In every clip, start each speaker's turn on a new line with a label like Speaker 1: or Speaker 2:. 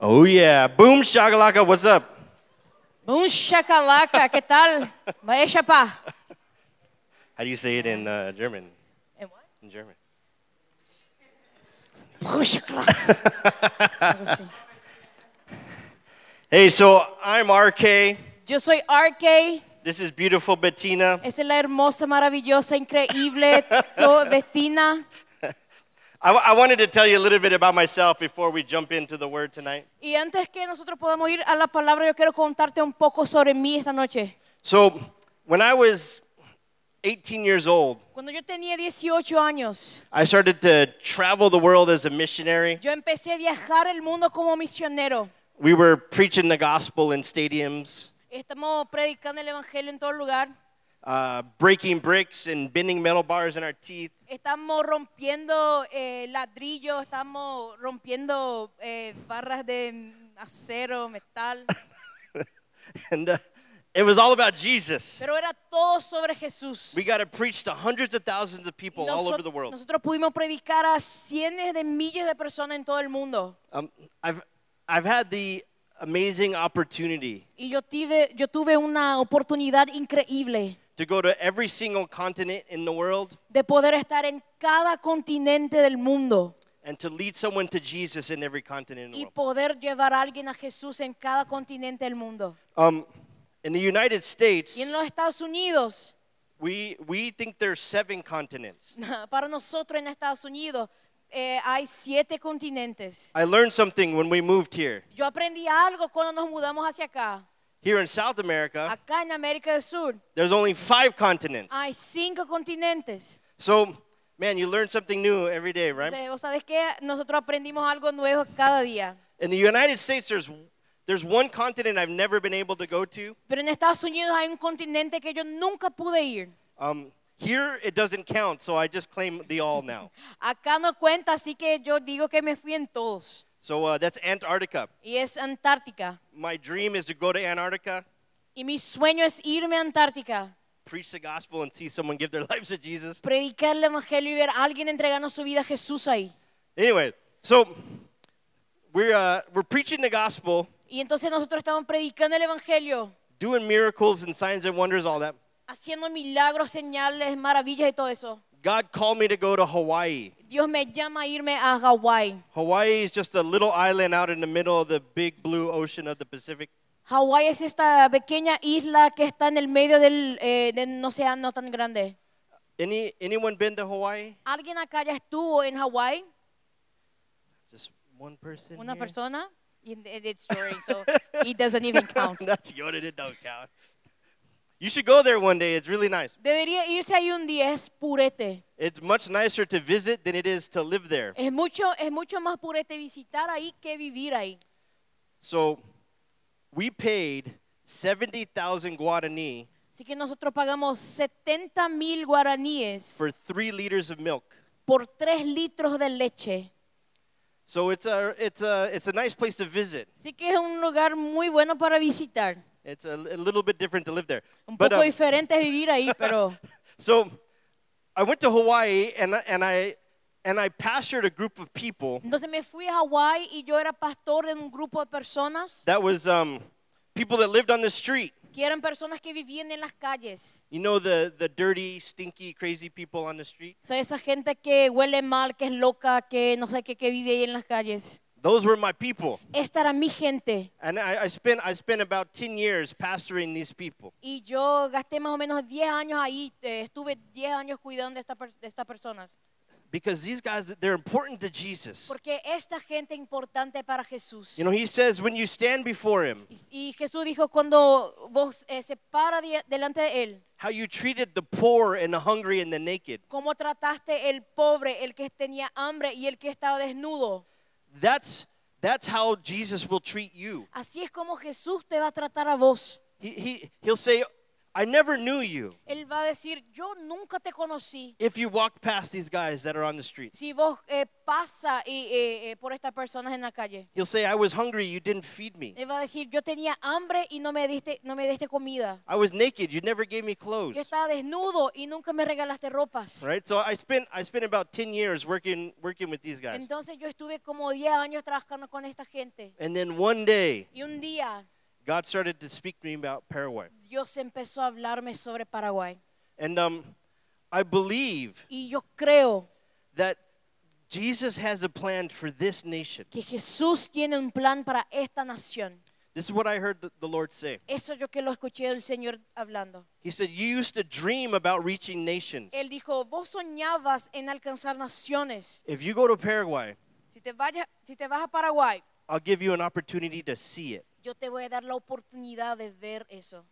Speaker 1: Oh yeah. Boom shakalaka, what's up?
Speaker 2: Boom shakalaka, ¿qué tal? eh, Vaya chapa.
Speaker 1: How do you say it in uh, German?
Speaker 2: And what?
Speaker 1: In German.
Speaker 2: Boom shakalaka. Algo así.
Speaker 1: Hey, so I'm RK.
Speaker 2: Yo soy RK.
Speaker 1: This is beautiful Bettina.
Speaker 2: Esa es la hermosa, maravillosa, increíble to- Bettina.
Speaker 1: I, I wanted to tell you a little bit about myself before we jump into the word tonight.
Speaker 2: Y antes que nosotros podamos ir a la palabra, yo quiero contarte un poco sobre mí esta noche.
Speaker 1: So, when I was 18 years old,
Speaker 2: Cuando yo tenía 18 años,
Speaker 1: I started to travel the world as a missionary.
Speaker 2: yo empecé a viajar el mundo como misionero.
Speaker 1: We were preaching the gospel in stadiums,
Speaker 2: Estamos predicando el evangelio en todo lugar.
Speaker 1: uh, breaking bricks and bending metal bars in our teeth.
Speaker 2: Estamos rompiendo eh, ladrillos, estamos rompiendo eh, barras de acero, metal.
Speaker 1: And uh, it was all about Jesus.
Speaker 2: Pero era todo sobre Jesús.
Speaker 1: We got to preach to hundreds of thousands of
Speaker 2: Y
Speaker 1: people all
Speaker 2: nosot-
Speaker 1: over the world.
Speaker 2: Nosotros pudimos predicar a cientos de miles de personas en todo el mundo.
Speaker 1: Um, I've, I've had the amazing opportunity
Speaker 2: Y yo tuve, yo tuve una oportunidad increíble
Speaker 1: to go to every single continent in the world
Speaker 2: de poder estar en cada continente del mundo
Speaker 1: and to lead someone to Jesus in every continent in the
Speaker 2: y
Speaker 1: world.
Speaker 2: poder llevar a alguien a Jesús en cada continente del mundo.
Speaker 1: Um, in the United States,
Speaker 2: Y en los Estados Unidos,
Speaker 1: we, we think there's seven continents.
Speaker 2: para nosotros en Estados Unidos, eh, hay siete continentes.
Speaker 1: I learned something when we moved here.
Speaker 2: Yo aprendí algo cuando nos mudamos hacia acá.
Speaker 1: Here in South America,
Speaker 2: Acá en América del Sur
Speaker 1: there's only five continents.
Speaker 2: hay cinco continentes.
Speaker 1: So, man, you learn something new every day, right?
Speaker 2: Entonces, ¿vos sabés qué? Nosotros aprendimos algo nuevo cada día.
Speaker 1: In the United States, there's, there's one continent I've never been able to go to.
Speaker 2: Pero en Estados Unidos hay un continente que yo nunca pude ir.
Speaker 1: Um, here, it doesn't count, so I just claim the all now.
Speaker 2: Acá no cuenta, así que yo digo que me fui en todos.
Speaker 1: So uh, that's Antarctica.
Speaker 2: Y es Antártica.
Speaker 1: My dream is to go to Antarctica,
Speaker 2: Y mi sueño es irme a Antártica,
Speaker 1: preach the gospel, and see someone give their lives to Jesus.
Speaker 2: predicar el Evangelio y ver a alguien entregando su vida a Jesús ahí.
Speaker 1: Anyway, so we're, uh, we're preaching the gospel,
Speaker 2: Y entonces nosotros estamos predicando el Evangelio,
Speaker 1: doing miracles and signs and wonders, all that.
Speaker 2: haciendo milagros, señales, maravillas y todo eso.
Speaker 1: God called me to go to Hawaii.
Speaker 2: Dios me llama a irme a Hawái.
Speaker 1: Hawaii is just a little island out in the middle of the big blue ocean of the Pacific.
Speaker 2: Hawái es esta pequeña isla que está en el medio del, eh, de un océano tan grande.
Speaker 1: Any, anyone been to Hawaii?
Speaker 2: ¿Alguien acá ya estuvo en Hawái?
Speaker 1: Just one person.
Speaker 2: Una
Speaker 1: here?
Speaker 2: persona. And It's story, so it doesn't even count.
Speaker 1: That's Yoda, it don't count. You should go there one day. It's really nice.
Speaker 2: Debería irse ahí un día, es purete.
Speaker 1: It's much nicer to visit than it is to live there.
Speaker 2: Es mucho, es mucho más purete visitar ahí que vivir ahí.
Speaker 1: So we paid 70,000 guaraní
Speaker 2: Así que nosotros pagamos 70 mil guaraníes
Speaker 1: for three liters of milk.
Speaker 2: por 3 litros de leche.
Speaker 1: So it's a, it's a, it's a nice place to visit.
Speaker 2: Así que es un lugar muy bueno para visitar.
Speaker 1: It's a, a little bit different to live there.
Speaker 2: Un
Speaker 1: But,
Speaker 2: poco
Speaker 1: um,
Speaker 2: diferente es vivir ahí, pero...
Speaker 1: so I went to Hawaii and, I- and, I, and I pastored a group of people
Speaker 2: Entonces me fui a Hawái y yo era pastor de un grupo de personas
Speaker 1: that was um, people that lived on the street.
Speaker 2: que eran personas que vivían en las calles.
Speaker 1: You know the, the dirty, stinky, crazy people on the street?
Speaker 2: O sea, esa gente que huele mal, que es loca, que no sé qué, que vive ahí en las calles.
Speaker 1: Those were my people.
Speaker 2: Esta era mi gente.
Speaker 1: And I, I, spent, I spent about 10 years pastoring these people.
Speaker 2: Y yo gasté más o menos 10 años ahí, eh, estuve 10 años cuidando de, esta per- de estas personas.
Speaker 1: Because these guys, they're important to Jesus.
Speaker 2: Porque esta gente es importante para Jesús.
Speaker 1: You know, he says, when you stand before him,
Speaker 2: y, y Jesús dijo, cuando vos eh, se para de- delante de Él,
Speaker 1: how you treated the poor and the hungry and the naked,
Speaker 2: cómo trataste el pobre, el que tenía hambre y el que estaba desnudo.
Speaker 1: that's, that's how Jesus will treat you.
Speaker 2: Así es como Jesús te va a tratar a vos.
Speaker 1: He, he, he'll say, I never knew you
Speaker 2: Él va a decir, yo nunca te conocí.
Speaker 1: if you walked past these guys that are on the street.
Speaker 2: Si vos eh, pasa y, eh, eh, por estas personas en la calle.
Speaker 1: He'll say, I was hungry, you didn't feed me.
Speaker 2: Él va a decir, yo tenía hambre y no me diste, no me diste comida.
Speaker 1: I was naked, you never gave me clothes.
Speaker 2: Yo estaba desnudo y nunca me regalaste ropas.
Speaker 1: Right? So I spent I spent about 10 years working working with these guys.
Speaker 2: Entonces yo estuve como 10 años trabajando con esta gente.
Speaker 1: And then one day,
Speaker 2: Y un día
Speaker 1: God started to speak to me about Paraguay.
Speaker 2: Dios empezó a hablarme sobre Paraguay.
Speaker 1: And um, I believe
Speaker 2: Y yo creo
Speaker 1: that Jesus has a plan for this nation.
Speaker 2: que Jesús tiene un plan para esta nación.
Speaker 1: This is what I heard the, the Lord say.
Speaker 2: Eso yo que lo escuché del Señor hablando.
Speaker 1: He said, You used to dream about reaching nations.
Speaker 2: Él dijo, vos soñabas en alcanzar naciones.
Speaker 1: If you go to Paraguay,
Speaker 2: Si te, vayas, si te vas a Paraguay,
Speaker 1: I'll give you an opportunity to see it.
Speaker 2: yo te voy a dar la oportunidad de ver eso.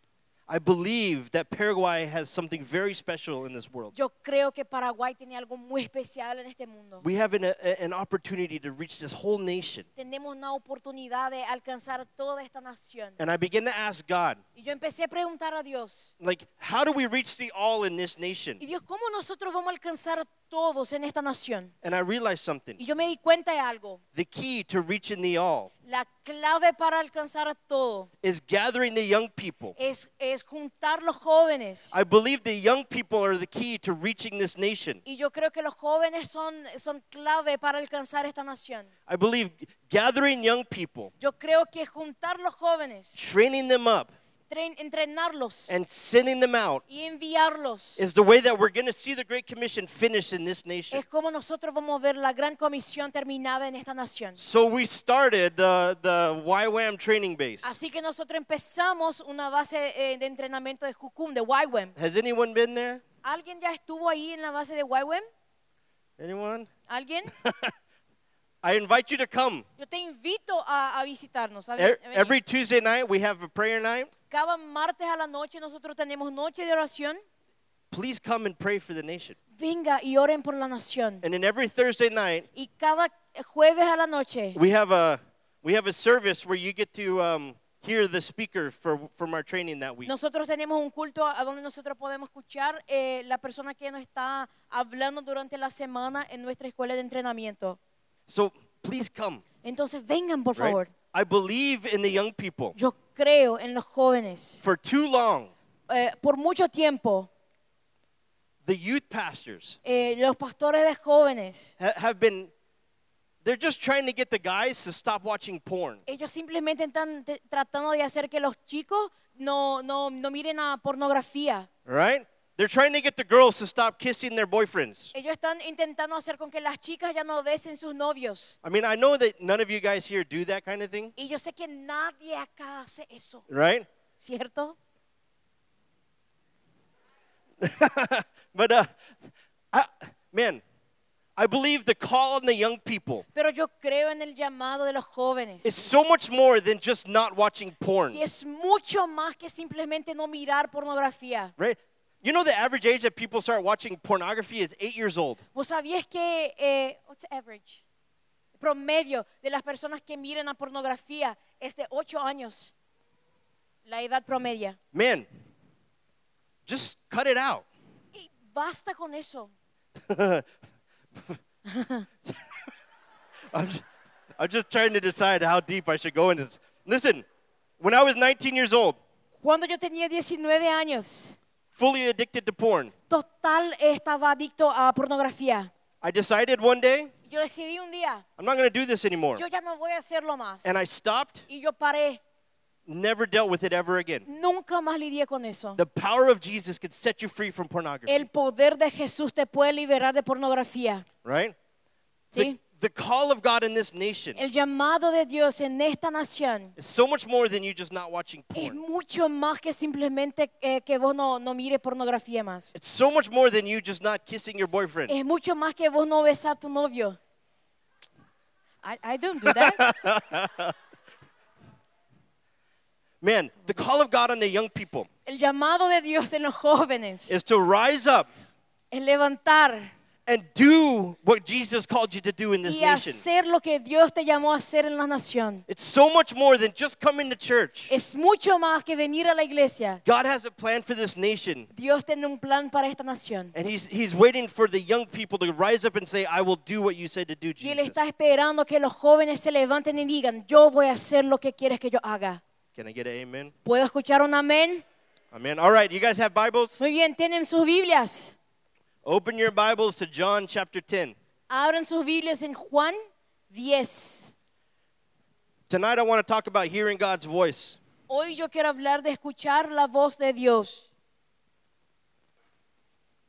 Speaker 1: I believe that Paraguay has something very special in this world.
Speaker 2: Yo creo que Paraguay tiene algo muy especial en este mundo.
Speaker 1: We have an, a, an opportunity to reach this whole nation.
Speaker 2: Tenemos una oportunidad de alcanzar toda esta nación.
Speaker 1: And I began to ask God,
Speaker 2: Y yo empecé a preguntar a Dios,
Speaker 1: like, how do we reach the all in this nation?
Speaker 2: y Dios, ¿cómo nosotros vamos a alcanzar a todos en esta nación?
Speaker 1: And I realized something.
Speaker 2: Y yo me di cuenta de algo.
Speaker 1: The key to reaching the all
Speaker 2: La clave para alcanzar a todo
Speaker 1: is gathering the young people.
Speaker 2: es, es juntar los jóvenes.
Speaker 1: I believe the young people are the key to reaching this nation.
Speaker 2: Y yo creo que los jóvenes son, son clave para alcanzar esta nación.
Speaker 1: I believe gathering young people,
Speaker 2: Yo creo que juntar los jóvenes,
Speaker 1: training them up,
Speaker 2: tren- entrenarlos
Speaker 1: and sending them out
Speaker 2: y enviarlos
Speaker 1: is the way that we're going to see the Great Commission finish in this nation.
Speaker 2: es como nosotros vamos a ver la gran comisión terminada en esta nación.
Speaker 1: So we started the, the YWAM training base.
Speaker 2: Así que nosotros empezamos una base eh, de entrenamiento de Jucum, de YWAM.
Speaker 1: Has anyone been there?
Speaker 2: ¿Alguien ya estuvo ahí en la base de YWAM?
Speaker 1: Anyone?
Speaker 2: ¿Alguien?
Speaker 1: I invite you to come.
Speaker 2: Yo te invito a, a visitarnos. a
Speaker 1: E-
Speaker 2: ven- a venir.
Speaker 1: Every Tuesday night, we have a prayer night.
Speaker 2: Cada martes a la noche nosotros tenemos noche de oración.
Speaker 1: Please come and pray for the nation.
Speaker 2: Venga y oren por la nación.
Speaker 1: And then every Thursday night,
Speaker 2: Y cada jueves a la noche
Speaker 1: we have a we have a service where you get to um, hear the speaker for, from our training that week.
Speaker 2: nosotros tenemos un culto a a donde nosotros podemos escuchar eh, la persona que nos está hablando durante la semana en nuestra escuela de entrenamiento.
Speaker 1: So please come.
Speaker 2: Entonces vengan, por
Speaker 1: right?
Speaker 2: favor.
Speaker 1: I believe in the young people.
Speaker 2: Yo creo en los jóvenes.
Speaker 1: For too long,
Speaker 2: Eh, por mucho tiempo,
Speaker 1: the youth pastors
Speaker 2: eh, los pastores de jóvenes,
Speaker 1: ha- have been. They're just trying to get the guys to stop watching porn.
Speaker 2: ellos simplemente están te- tratando de hacer que los chicos no, no, no miren a pornografía.
Speaker 1: All right? They're trying to get the girls to stop kissing their boyfriends.
Speaker 2: Ellos están intentando hacer con que las chicas ya no besen sus novios.
Speaker 1: I mean, I know that none of you guys here do that kind of thing,
Speaker 2: Y yo sé que nadie acá hace eso,
Speaker 1: right?
Speaker 2: ¿cierto?
Speaker 1: But uh, I, man, I believe the call on the young people
Speaker 2: Pero yo creo en el llamado de los jóvenes.
Speaker 1: is so much more than just not watching porn,
Speaker 2: y es mucho más que simplemente no mirar pornografía.
Speaker 1: right? You know, the average age that people start watching pornography is eight years old.
Speaker 2: ¿Vos sabías que eh, what's the average? promedio de las personas que miran a pornografía es de 8 años? La edad promedia.
Speaker 1: Man, just cut it out.
Speaker 2: Y basta con eso.
Speaker 1: I'm just, I'm just trying to decide how deep I should go into this. Listen, when I was 19 years old,
Speaker 2: Cuando yo tenía 19 años,
Speaker 1: fully addicted to porn,
Speaker 2: total estaba adicto a pornografía.
Speaker 1: I decided one day
Speaker 2: Yo decidí un día,
Speaker 1: I'm not going to do this anymore.
Speaker 2: yo ya no voy a hacerlo más.
Speaker 1: And I stopped,
Speaker 2: y yo paré.
Speaker 1: never dealt with it ever again.
Speaker 2: Nunca más lidié con eso.
Speaker 1: The power of Jesus can set you free from pornography,
Speaker 2: El poder de Jesús te puede liberar de pornografía.
Speaker 1: right? The,
Speaker 2: ¿sí?
Speaker 1: the call of God in this nation
Speaker 2: El llamado de Dios en esta nación
Speaker 1: is so much more than you just not watching
Speaker 2: es
Speaker 1: porn.
Speaker 2: mucho más que simplemente eh, que vos no, no mires pornografía más.
Speaker 1: It's so much more than you just not kissing your boyfriend.
Speaker 2: Es mucho más que vos no besar a tu novio. I, I don't do that.
Speaker 1: Man, the call of God on the young people
Speaker 2: El llamado de Dios en los jóvenes
Speaker 1: is to rise up
Speaker 2: es levantar
Speaker 1: and do what Jesus called you to do in this
Speaker 2: y
Speaker 1: nation.
Speaker 2: hacer lo que Dios te llamó a hacer en la nación.
Speaker 1: It's so much more than just coming to church.
Speaker 2: Es mucho más que venir a la iglesia.
Speaker 1: God has a plan for this nation,
Speaker 2: Dios tiene un plan para esta nación.
Speaker 1: and He's, he's waiting for the young people to rise up and say, I will do what you said to do,
Speaker 2: Y Él
Speaker 1: Jesus.
Speaker 2: está esperando que los jóvenes se levanten y digan, yo voy a hacer lo que quieres que yo haga.
Speaker 1: Can I get an amen?
Speaker 2: ¿Puedo escuchar un amén?
Speaker 1: Amen. All right, you guys have Bibles?
Speaker 2: Muy bien, tienen sus Biblias.
Speaker 1: Open your Bibles to John chapter 10.
Speaker 2: Abran sus Biblias en Juan 10.
Speaker 1: Tonight, I want to talk about hearing God's voice.
Speaker 2: Hoy yo quiero hablar de escuchar la voz de Dios.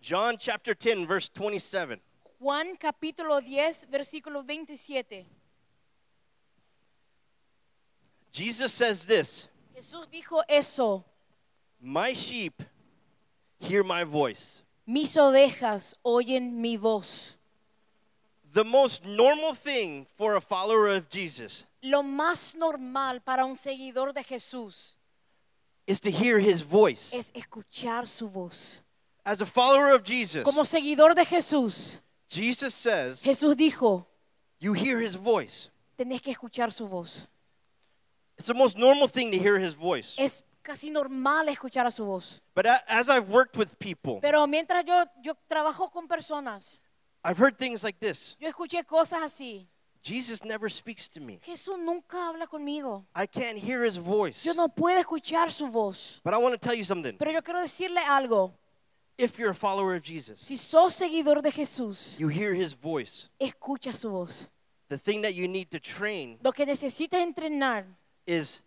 Speaker 1: John chapter 10, verse 27.
Speaker 2: Juan capítulo 10, versículo 27.
Speaker 1: Jesus says this
Speaker 2: Jesús dijo eso,
Speaker 1: My sheep hear my voice.
Speaker 2: mis ovejas oyen mi voz.
Speaker 1: The most normal thing for a follower of Jesus
Speaker 2: Lo más normal para un seguidor de Jesús
Speaker 1: is to hear his voice.
Speaker 2: es escuchar su voz.
Speaker 1: As a follower of Jesus,
Speaker 2: Como seguidor de Jesús,
Speaker 1: Jesus says,
Speaker 2: Jesús dijo,
Speaker 1: You hear his voice.
Speaker 2: tenés que escuchar su voz.
Speaker 1: It's the most normal thing to hear his voice.
Speaker 2: Es casi normal escuchar a su voz.
Speaker 1: But a- as I've worked with people,
Speaker 2: Pero mientras yo, yo trabajo con personas,
Speaker 1: I've heard things like this
Speaker 2: yo escuché cosas así.
Speaker 1: Jesus never speaks to me.
Speaker 2: Jesús nunca habla conmigo.
Speaker 1: I can't hear his voice.
Speaker 2: Yo no puedo escuchar su voz.
Speaker 1: But I want to tell you something.
Speaker 2: Pero yo quiero decirle algo.
Speaker 1: If you're a follower of Jesus,
Speaker 2: Si sos seguidor de Jesús,
Speaker 1: you hear his voice.
Speaker 2: escucha su voz.
Speaker 1: The thing that you need to train
Speaker 2: Lo que necesitas entrenar
Speaker 1: is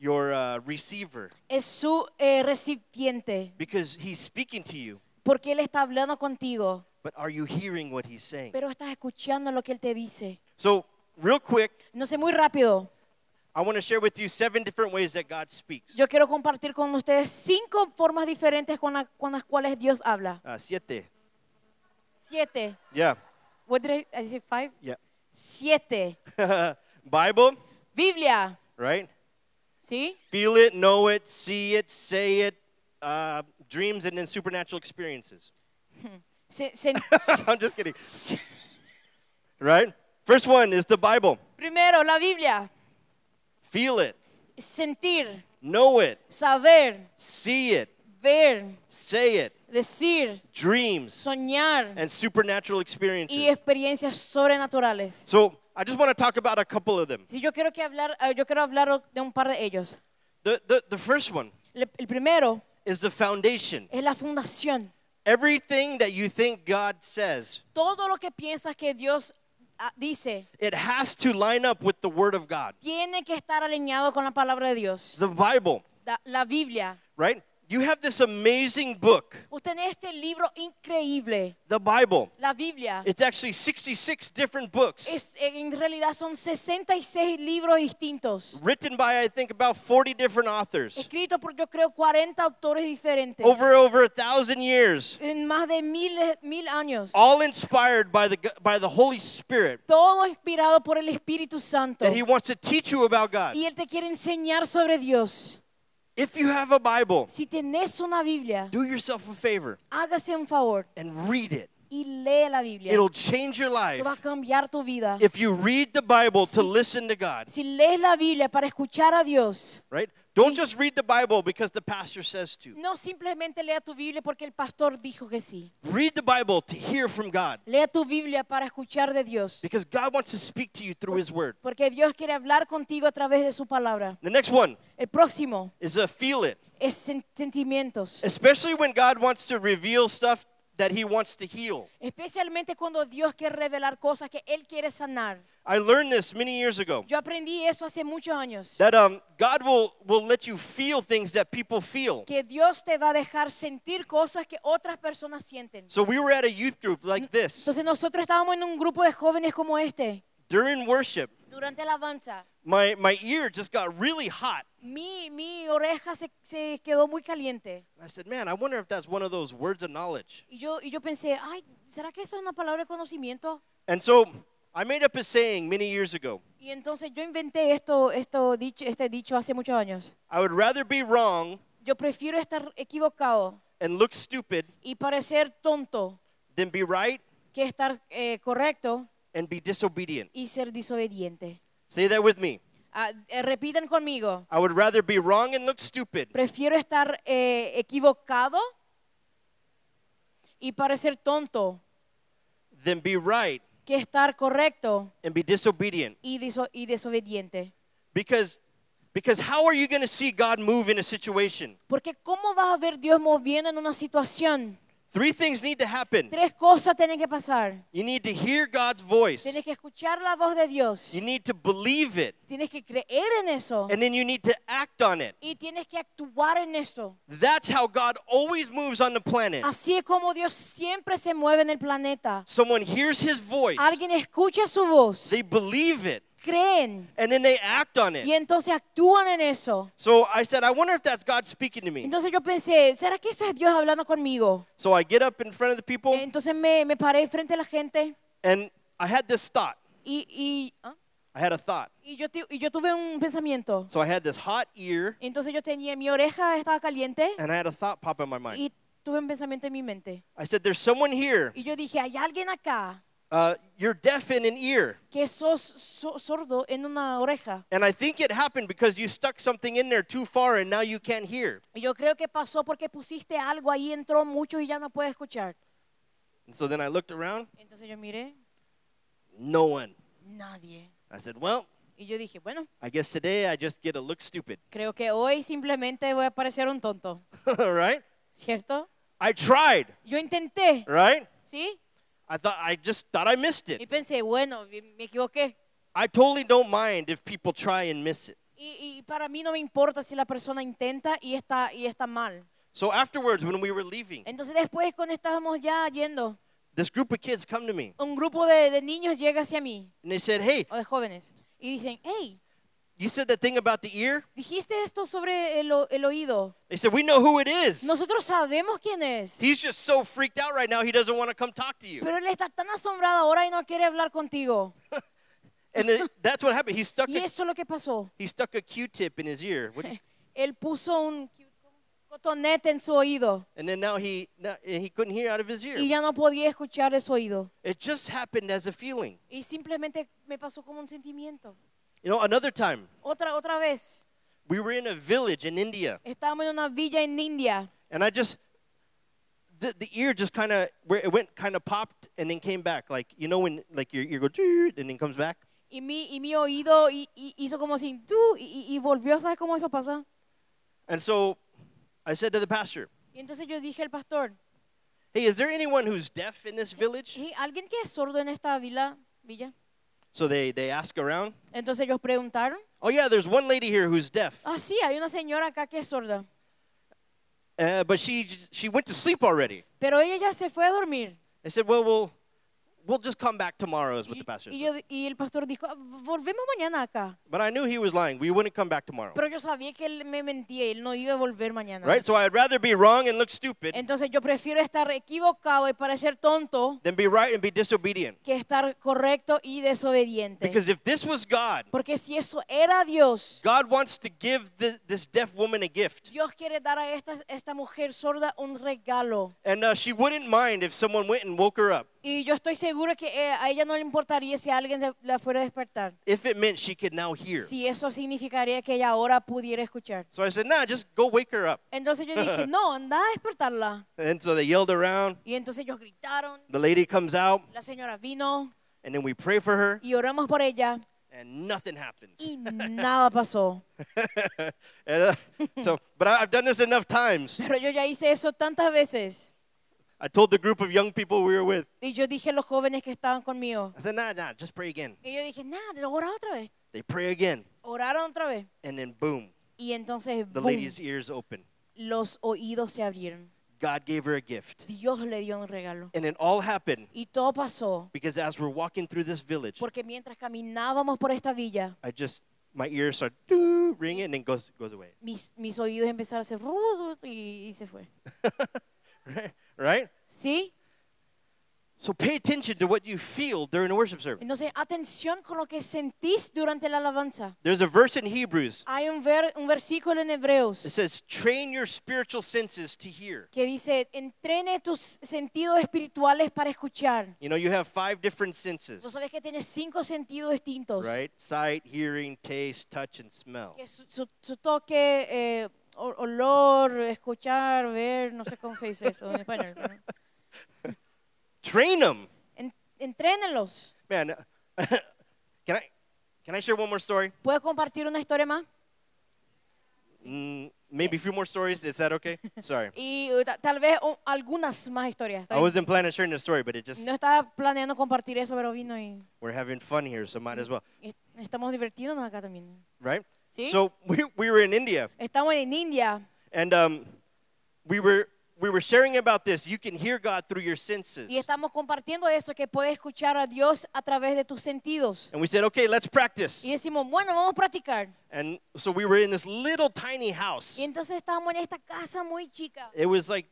Speaker 1: your uh, receiver
Speaker 2: es su eh, recipiente,
Speaker 1: because he's speaking to you.
Speaker 2: porque Él está hablando contigo,
Speaker 1: But are you hearing what he's saying?
Speaker 2: pero estás escuchando lo que Él te dice.
Speaker 1: So, real quick,
Speaker 2: No sé, muy rápido.
Speaker 1: I want to share with you seven different ways that God speaks.
Speaker 2: Yo quiero compartir con ustedes cinco formas diferentes con, la- con las cuales Dios habla.
Speaker 1: Uh, siete.
Speaker 2: Siete.
Speaker 1: Yeah.
Speaker 2: What did I- I say five?
Speaker 1: Yeah.
Speaker 2: Siete.
Speaker 1: Bible,
Speaker 2: Biblia.
Speaker 1: right?
Speaker 2: ¿Sí?
Speaker 1: Feel it, know it, see it, say it, uh, dreams, and then supernatural experiences.
Speaker 2: Se- se-
Speaker 1: I'm just kidding. Right? First one is the Bible.
Speaker 2: primero, la Biblia.
Speaker 1: Feel it,
Speaker 2: Sentir,
Speaker 1: know it,
Speaker 2: saber,
Speaker 1: see it,
Speaker 2: ver,
Speaker 1: say it,
Speaker 2: decir,
Speaker 1: dreams,
Speaker 2: soñar.
Speaker 1: and supernatural
Speaker 2: y
Speaker 1: experiences.
Speaker 2: experiencias sobrenaturales.
Speaker 1: So I just want to talk about a couple of them.
Speaker 2: Si yo quiero que hablar, eh, yo quiero hablar de un par de ellos.
Speaker 1: The, the, the first one
Speaker 2: Le- El primero
Speaker 1: is the foundation.
Speaker 2: es la fundación.
Speaker 1: Everything that you think God says,
Speaker 2: Todo lo que piensas que Dios ah, dice
Speaker 1: it has to line up with the Word of God.
Speaker 2: tiene que estar alineado con la palabra de Dios,
Speaker 1: The Bible,
Speaker 2: la, la Biblia.
Speaker 1: right? You have this amazing book,
Speaker 2: Usted tiene este libro increíble,
Speaker 1: the Bible.
Speaker 2: la Biblia.
Speaker 1: It's actually 66 different books
Speaker 2: Es, eh, en realidad son 66 libros distintos,
Speaker 1: written by, I think, about 40 different authors
Speaker 2: escritos por yo creo 40 autores diferentes,
Speaker 1: over over a thousand years,
Speaker 2: en más de miles- mil años.
Speaker 1: all inspired by the, by the Holy Spirit
Speaker 2: todo inspirado por el Espíritu Santo.
Speaker 1: that He wants to teach you about God.
Speaker 2: Y Él te quiere enseñar sobre Dios.
Speaker 1: If you have a Bible,
Speaker 2: Si tenés una Biblia,
Speaker 1: do yourself a favor
Speaker 2: hágase un favor
Speaker 1: and read it.
Speaker 2: y lee la Biblia.
Speaker 1: It'll change your
Speaker 2: Que
Speaker 1: life
Speaker 2: va a cambiar tu vida.
Speaker 1: if you read the Bible to
Speaker 2: Sí.
Speaker 1: listen to God,
Speaker 2: Si lees la Biblia para escuchar a Dios,
Speaker 1: right? Don't
Speaker 2: Sí.
Speaker 1: just read the Bible because the pastor says to.
Speaker 2: no simplemente lea tu Biblia porque el pastor dijo que sí.
Speaker 1: Read the Bible to hear from God
Speaker 2: Lea tu Biblia para escuchar de Dios.
Speaker 1: because God wants to speak to you through His Word.
Speaker 2: Porque Dios quiere hablar contigo a través de su palabra.
Speaker 1: The next one
Speaker 2: El próximo
Speaker 1: is a feel it,
Speaker 2: es sen- sentimientos.
Speaker 1: especially when God wants to reveal stuff that He wants to heal.
Speaker 2: Especialmente cuando Dios quiere revelar cosas que Él quiere sanar.
Speaker 1: I learned this many years ago
Speaker 2: Yo aprendí eso hace muchos años.
Speaker 1: that um, God will, will let you feel things that people feel.
Speaker 2: Que Dios te va a dejar sentir cosas que otras personas sienten.
Speaker 1: So we were at a youth group like this.
Speaker 2: Entonces nosotros estábamos en un grupo de jóvenes como este.
Speaker 1: During worship,
Speaker 2: Durante la alabanza,
Speaker 1: my, my ear just got really hot.
Speaker 2: mi, mi oreja se, se quedó muy caliente.
Speaker 1: I said, Man, I wonder if that's one of those words of knowledge.
Speaker 2: Y yo, y yo pensé, ay, ¿será que eso es una palabra de conocimiento?
Speaker 1: And so I made up a saying many years ago
Speaker 2: Y entonces yo inventé esto, esto dicho, este dicho hace muchos años.
Speaker 1: I would rather be wrong
Speaker 2: Yo prefiero estar equivocado
Speaker 1: and look stupid
Speaker 2: y parecer tonto
Speaker 1: than be right
Speaker 2: que estar eh, correcto
Speaker 1: and be disobedient.
Speaker 2: y ser disobediente.
Speaker 1: Say that with me.
Speaker 2: Ah, eh, repiten conmigo.
Speaker 1: I would rather be wrong and look stupid
Speaker 2: Prefiero estar eh, equivocado y parecer tonto
Speaker 1: than be right
Speaker 2: que estar correcto
Speaker 1: and be disobedient.
Speaker 2: y, diso- y desobediente.
Speaker 1: Because, because how are you going to see God move in a situation?
Speaker 2: Porque ¿cómo vas a ver Dios moviendo en una situación?
Speaker 1: Three things need to happen.
Speaker 2: Tres cosas tienen que pasar.
Speaker 1: You need to hear God's voice.
Speaker 2: Tienes que escuchar la voz de Dios.
Speaker 1: You need to believe it.
Speaker 2: Tienes que creer en eso.
Speaker 1: And then you need to act on it.
Speaker 2: Y tienes que actuar en esto.
Speaker 1: That's how God always moves on the planet.
Speaker 2: Así es como Dios siempre se mueve en el planeta.
Speaker 1: Someone hears his voice,
Speaker 2: Alguien escucha su voz,
Speaker 1: they believe it,
Speaker 2: creen
Speaker 1: and then they act on
Speaker 2: y
Speaker 1: it.
Speaker 2: entonces actúan en eso.
Speaker 1: So I said, I wonder if that's God speaking to me.
Speaker 2: Entonces yo pensé, ¿será que eso es Dios hablando conmigo?
Speaker 1: So I get up in front of the people,
Speaker 2: Entonces me, me paré frente a la gente
Speaker 1: and I had this thought.
Speaker 2: y, y, ¿ah?
Speaker 1: I had a thought.
Speaker 2: y yo, tu- y yo tuve un pensamiento.
Speaker 1: So I had this hot ear,
Speaker 2: Entonces yo tenía, mi oreja estaba caliente
Speaker 1: and I had a thought pop in my mind.
Speaker 2: y tuve un pensamiento en mi mente.
Speaker 1: I said, There's someone here.
Speaker 2: Y yo dije, hay alguien acá
Speaker 1: Uh, you're deaf in an ear.
Speaker 2: que sos so- sordo en una oreja.
Speaker 1: And I think it happened because you stuck something in there too far, and now you can't hear.
Speaker 2: Y yo creo que pasó porque pusiste algo ahí, entró mucho y ya no puede escuchar.
Speaker 1: And so then I looked around,
Speaker 2: Entonces yo miré,
Speaker 1: no one.
Speaker 2: nadie.
Speaker 1: I said, Well,
Speaker 2: Y yo dije, bueno,
Speaker 1: I guess today I just get to look stupid.
Speaker 2: creo que hoy simplemente voy a parecer un tonto,
Speaker 1: right?
Speaker 2: ¿cierto?
Speaker 1: I tried,
Speaker 2: Yo intenté,
Speaker 1: right?
Speaker 2: ¿sí?
Speaker 1: I thought I just thought I missed
Speaker 2: Y
Speaker 1: it.
Speaker 2: pensé, bueno, me equivoqué.
Speaker 1: I totally don't mind if people try and miss it.
Speaker 2: Y, y para mí no me importa si la persona intenta y está, y está mal.
Speaker 1: So afterwards, when we were leaving,
Speaker 2: Entonces después cuando estábamos ya yendo,
Speaker 1: this group of kids come to me
Speaker 2: un grupo de, de niños llega hacia mí,
Speaker 1: and they said, "Hey,
Speaker 2: o de jóvenes, y dicen, hey,
Speaker 1: you said that thing about the ear."
Speaker 2: dijiste esto sobre el, o- el oído.
Speaker 1: They said, "We know who it is.
Speaker 2: Nosotros sabemos quién es,
Speaker 1: He's just so freaked out right now. He doesn't want to come talk to you."
Speaker 2: pero él está tan asombrado ahora y no quiere hablar contigo.
Speaker 1: And it, that's what happened. He stuck
Speaker 2: Y
Speaker 1: a,
Speaker 2: eso es lo que pasó.
Speaker 1: he stuck a Q-tip in his ear, What do you-
Speaker 2: Él puso un cotonete en su oído
Speaker 1: and then now he now, he couldn't hear out of his
Speaker 2: y
Speaker 1: ear.
Speaker 2: ya no podía escuchar de su oído.
Speaker 1: It just happened as a feeling.
Speaker 2: Y simplemente me pasó como un sentimiento.
Speaker 1: You know, another time
Speaker 2: Otra, otra vez,
Speaker 1: we were in a village in India.
Speaker 2: estábamos en una villa en India
Speaker 1: And I just, the, the ear just kind of, where it went kind of popped and then came back. Like, you know when, like, your ear goes, "Chirr," and then comes back?
Speaker 2: y mi, y mi oído y, y hizo como si tú y, y- y volvió, ¿sabes cómo eso pasa?
Speaker 1: And so I said to the pastor,
Speaker 2: Y entonces yo dije al pastor,
Speaker 1: hey, is there anyone who's deaf in this village?
Speaker 2: "¿Y ¿alguien que es sordo en esta villa? villa?
Speaker 1: So they, they ask around.
Speaker 2: Entonces ellos preguntaron,
Speaker 1: Oh, yeah, there's one lady here who's deaf.
Speaker 2: ah, sí, hay una señora acá que es sorda,
Speaker 1: Uh, but she, j- she went to sleep already.
Speaker 2: pero ella ya se fue a dormir.
Speaker 1: They said, well, we'll, we'll just come back tomorrow, is what
Speaker 2: Y,
Speaker 1: the pastor
Speaker 2: y
Speaker 1: said.
Speaker 2: yo- y el pastor dijo, "Ah, volvemos mañana acá.
Speaker 1: But I knew he was lying. We wouldn't come back tomorrow.
Speaker 2: Pero yo sabía que él me mentía, él no iba a volver mañana.
Speaker 1: Right? So I'd rather be wrong and look stupid
Speaker 2: Entonces yo prefiero estar equivocado y parecer tonto
Speaker 1: than be right and be disobedient.
Speaker 2: que estar correcto y desobediente.
Speaker 1: Because if this was God,
Speaker 2: Porque si eso era Dios,
Speaker 1: God wants to give the, this deaf woman a gift.
Speaker 2: Dios quiere dar a esta, esta mujer sorda un regalo.
Speaker 1: And uh, she wouldn't mind if someone went and woke her up
Speaker 2: Y yo estoy seguro que eh, a ella no le importaría si alguien de- la fuera a despertar.
Speaker 1: if it meant she could now hear.
Speaker 2: Si eso significaría que ella ahora pudiera escuchar.
Speaker 1: So I said, nah, just go wake her up.
Speaker 2: Entonces yo dije, no, anda a despertarla.
Speaker 1: And so they yelled around.
Speaker 2: Y entonces ellos gritaron,
Speaker 1: The lady comes out,
Speaker 2: la señora vino
Speaker 1: and then we pray for her,
Speaker 2: y oramos por ella
Speaker 1: and nothing happens.
Speaker 2: y nada pasó.
Speaker 1: And, uh, so, but I, I've done this enough times.
Speaker 2: Pero yo ya hice eso tantas veces.
Speaker 1: I told the group of young people we were with,
Speaker 2: Y yo dije a los jóvenes que estaban conmigo.
Speaker 1: I said, nah, nah, just pray again.
Speaker 2: Y yo dije, nada, lo oraba otra vez.
Speaker 1: They pray again,
Speaker 2: Oraron otra vez.
Speaker 1: and then boom,
Speaker 2: Y entonces
Speaker 1: the
Speaker 2: boom,
Speaker 1: lady's ears open.
Speaker 2: los oídos se abrieron.
Speaker 1: God gave her a gift.
Speaker 2: Dios le dio un regalo.
Speaker 1: And it all happened
Speaker 2: Y todo pasó.
Speaker 1: because as we're walking through this village,
Speaker 2: Porque mientras caminábamos por esta villa,
Speaker 1: I just my ears start doo, ringing and then goes goes away.
Speaker 2: mis, mis oídos empezaron a hacer ru- ru- y, y se fue.
Speaker 1: right? Right?
Speaker 2: ¿Sí?
Speaker 1: So pay attention to what you feel during a worship service.
Speaker 2: Entonces, atención con lo que sentís durante la alabanza.
Speaker 1: There's a verse in Hebrews
Speaker 2: Hay un, ver- un versículo en
Speaker 1: that
Speaker 2: Hebreos
Speaker 1: says, train your spiritual senses to hear.
Speaker 2: que dice, entrene tus sentidos espirituales para escuchar.
Speaker 1: You know, you have five different
Speaker 2: Vos
Speaker 1: senses,
Speaker 2: sabés que tienes cinco sentidos distintos.
Speaker 1: right? Sight, hearing, taste, touch, and smell.
Speaker 2: Que su, su- su toque, eh, o- olor, escuchar, ver, no sé cómo se dice eso en español. ¿no?
Speaker 1: Train them.
Speaker 2: En- entrénenlos.
Speaker 1: Man, can I can I share one more story?
Speaker 2: ¿Puedes compartir una historia más?
Speaker 1: Mm, maybe a few
Speaker 2: Yes.
Speaker 1: more stories. Is that okay? Sorry.
Speaker 2: Y eh, ta- tal vez o- algunas más historias. ¿está
Speaker 1: I
Speaker 2: bien?
Speaker 1: wasn't planning on sharing the story, but it just
Speaker 2: No estaba planeando compartir eso, pero vino y,
Speaker 1: we're having fun here, so might as well,
Speaker 2: y estamos divirtiéndonos acá también.
Speaker 1: right?
Speaker 2: See?
Speaker 1: So we, we were in India,
Speaker 2: Estamos en India
Speaker 1: and um, we were we were sharing about this. You can hear God through your senses,
Speaker 2: y estamos compartiendo eso, que puedes escuchar a Dios a través de tus sentidos.
Speaker 1: and we said, okay, let's practice.
Speaker 2: Y decimos, bueno, vamos a practicar.
Speaker 1: And so we were in this little tiny house.
Speaker 2: Y entonces estábamos en esta casa muy chica,
Speaker 1: It was like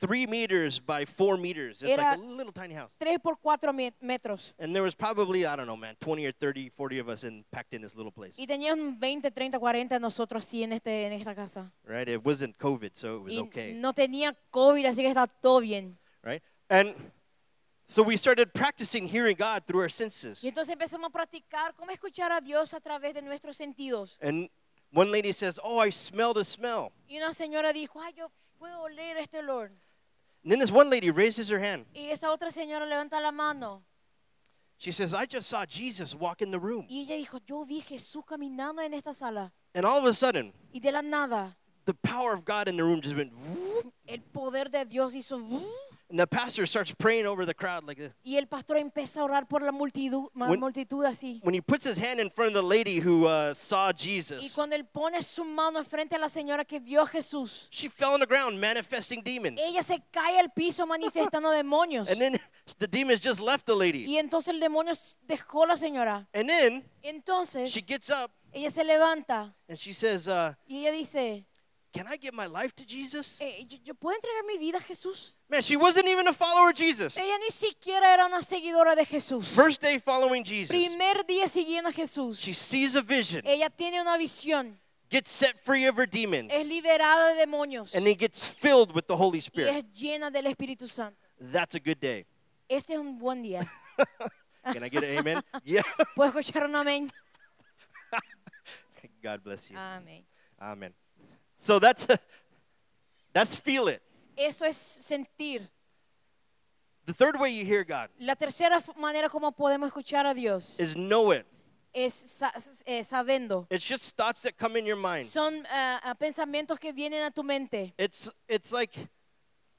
Speaker 1: three meters by four meters. It's like
Speaker 2: Era-
Speaker 1: a little tiny house.
Speaker 2: 3 por 4 metros.
Speaker 1: And there was probably, I don't know, man, 20 or 30, 40 of us in, packed in this little place,
Speaker 2: Y tenían 20, 30, 40 nosotros así en, este, en esta casa.
Speaker 1: right? It wasn't COVID, so it was
Speaker 2: Y
Speaker 1: okay,
Speaker 2: no tenía COVID, así que estaba todo bien.
Speaker 1: right? And so we started practicing hearing God through our senses.
Speaker 2: Y entonces empezamos a practicar cómo escuchar a Dios a través de nuestros sentidos.
Speaker 1: And one lady says, Oh, I smell the smell.
Speaker 2: Y una señora dijo, ay, yo puedo oler este olor.
Speaker 1: And then this one lady raises her hand.
Speaker 2: Y esa otra señora levanta la mano.
Speaker 1: She says, I just saw Jesus walk in the room.
Speaker 2: Y ella dijo, yo vi Jesús caminando en esta sala.
Speaker 1: And all of a sudden,
Speaker 2: Y de la nada,
Speaker 1: the power of God in the room just went, whoop,
Speaker 2: el poder de Dios hizo... "Bú".
Speaker 1: and the pastor starts praying over the crowd like this.
Speaker 2: Y el pastor empieza a orar por la multitud, ma-
Speaker 1: When-
Speaker 2: multitud así.
Speaker 1: When he puts his hand in front of the lady who uh, saw
Speaker 2: Y
Speaker 1: Jesus,
Speaker 2: cuando él pone su mano frente a la señora que vio a Jesús,
Speaker 1: she fell on the ground manifesting demons.
Speaker 2: ella se cae al piso manifestando demonios.
Speaker 1: And then the demons just left the lady.
Speaker 2: Y entonces el demonio s- dejó a la señora.
Speaker 1: And then
Speaker 2: Entonces
Speaker 1: she gets up
Speaker 2: ella se levanta
Speaker 1: and she says, uh,
Speaker 2: y ella dice,
Speaker 1: Can I give my life to Jesus?
Speaker 2: "Eh, ¿yo, yo puedo entregar mi vida a Jesús?
Speaker 1: Man, she wasn't even a follower of Jesus.
Speaker 2: Ella ni siquiera era una seguidora de Jesús.
Speaker 1: First day following Jesus,
Speaker 2: Primer día siguiendo a Jesús.
Speaker 1: she sees a vision,
Speaker 2: Ella tiene una visión.
Speaker 1: gets set free of her demons,
Speaker 2: Es liberada de demonios.
Speaker 1: and then gets filled with the Holy
Speaker 2: Y es
Speaker 1: Spirit.
Speaker 2: llena del Espíritu Santo.
Speaker 1: That's a good day.
Speaker 2: Este es un buen día.
Speaker 1: Can I get an amen? Yeah.
Speaker 2: ¿Puedo escuchar un amén?
Speaker 1: God bless you.
Speaker 2: Amén.
Speaker 1: Amen. So that's that's feel it.
Speaker 2: Eso es sentir.
Speaker 1: The third way you hear God
Speaker 2: La tercera f- manera como podemos escuchar a Dios
Speaker 1: is know it.
Speaker 2: es sa- eh, sabiendo.
Speaker 1: It's just thoughts that come in your mind.
Speaker 2: Son ah, ah, pensamientos que vienen a tu mente.
Speaker 1: It's it's like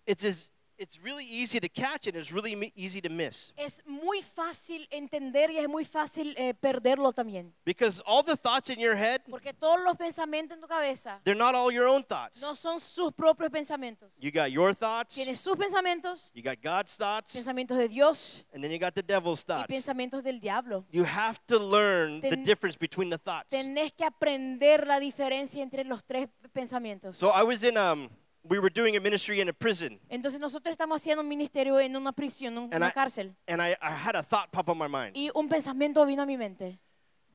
Speaker 1: it's as, it's really easy to catch and it's really me- easy to miss
Speaker 2: Es muy fácil entender y es muy fácil eh, perderlo también.
Speaker 1: because all the thoughts in your head
Speaker 2: Porque todos los pensamientos en tu cabeza
Speaker 1: they're not all your own thoughts.
Speaker 2: no son sus propios pensamientos.
Speaker 1: You got your thoughts,
Speaker 2: Tienes sus pensamientos,
Speaker 1: you got God's thoughts,
Speaker 2: pensamientos de Dios
Speaker 1: and then you got the devil's
Speaker 2: y
Speaker 1: thoughts.
Speaker 2: pensamientos del diablo.
Speaker 1: You have to learn the
Speaker 2: Ten-
Speaker 1: difference between the thoughts.
Speaker 2: Tenés que aprender la diferencia entre los tres pensamientos.
Speaker 1: So I was in um we were doing a ministry in a prison
Speaker 2: Entonces nosotros estamos haciendo un ministerio en una prisión, en
Speaker 1: And
Speaker 2: una
Speaker 1: I-
Speaker 2: cárcel.
Speaker 1: and I, I had a thought pop on my mind.
Speaker 2: Y un pensamiento vino a mi mente.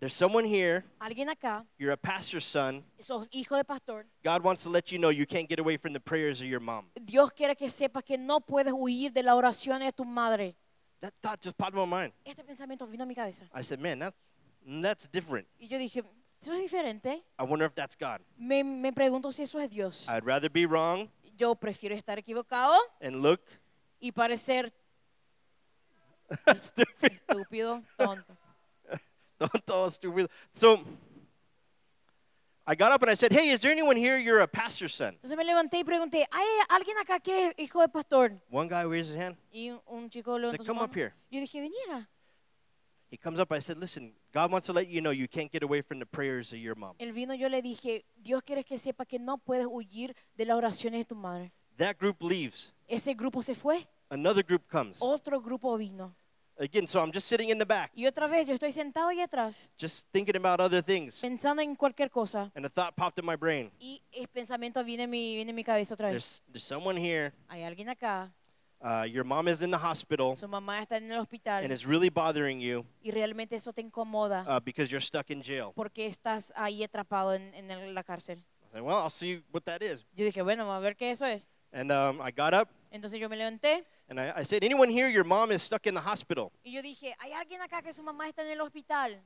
Speaker 1: There's someone here,
Speaker 2: Alguien acá,
Speaker 1: you're a pastor's son.
Speaker 2: sos hijo de pastor,
Speaker 1: God wants to let you know you can't get away from the prayers of your mom.
Speaker 2: Dios quiere que sepas que no puedes huir de la oración de tu madre.
Speaker 1: That thought just popped in my mind.
Speaker 2: Este pensamiento vino a mi cabeza.
Speaker 1: I said, man, that's, that's different.
Speaker 2: Y yo dije, eso es diferente.
Speaker 1: I wonder if that's God.
Speaker 2: Me, me pregunto si eso es Dios.
Speaker 1: I'd rather be wrong
Speaker 2: Yo prefiero estar equivocado
Speaker 1: and look
Speaker 2: y parecer
Speaker 1: stupid.
Speaker 2: estúpido, tonto.
Speaker 1: Don't all stupid. So I got up and I said, hey, is there anyone here? You're a pastor's son.
Speaker 2: Entonces me levanté y pregunté, ¿hay alguien acá que es hijo de pastor?
Speaker 1: One guy raised his hand.
Speaker 2: Y un, un chico levantó su
Speaker 1: "Come
Speaker 2: mano.
Speaker 1: up here."
Speaker 2: Yo dije, vení acá.
Speaker 1: He comes up. I said, listen, God wants to let you know you can't get away from the prayers of your mom.
Speaker 2: Él vino, yo le dije, Dios quiere que sepa que no puedes huir de las oraciones de tu madre.
Speaker 1: That group leaves.
Speaker 2: Ese grupo se fue,
Speaker 1: Another group comes.
Speaker 2: otro grupo vino.
Speaker 1: Again, so I'm just sitting in the back,
Speaker 2: Y otra vez yo estoy sentado ahí atrás,
Speaker 1: just thinking about other things.
Speaker 2: pensando en cualquier cosa.
Speaker 1: And a thought popped in my brain.
Speaker 2: Y el pensamiento viene en mi, viene en mi cabeza otra
Speaker 1: There's,
Speaker 2: vez.
Speaker 1: there's someone here.
Speaker 2: Hay alguien acá
Speaker 1: uh, your mom is in the hospital
Speaker 2: Su mamá está en el
Speaker 1: and
Speaker 2: hospital
Speaker 1: it's really bothering you
Speaker 2: y realmente eso te incomoda
Speaker 1: uh, because you're stuck in jail.
Speaker 2: porque estás ahí atrapado en, en el- la cárcel.
Speaker 1: I said, well, I'll see what that is.
Speaker 2: Yo dije, bueno, vamos a ver qué eso es.
Speaker 1: And um, I got up
Speaker 2: Entonces yo me levanté
Speaker 1: and I, I said, anyone here, your mom is stuck in the hospital.
Speaker 2: y yo dije, hay alguien acá que su mamá está en el hospital.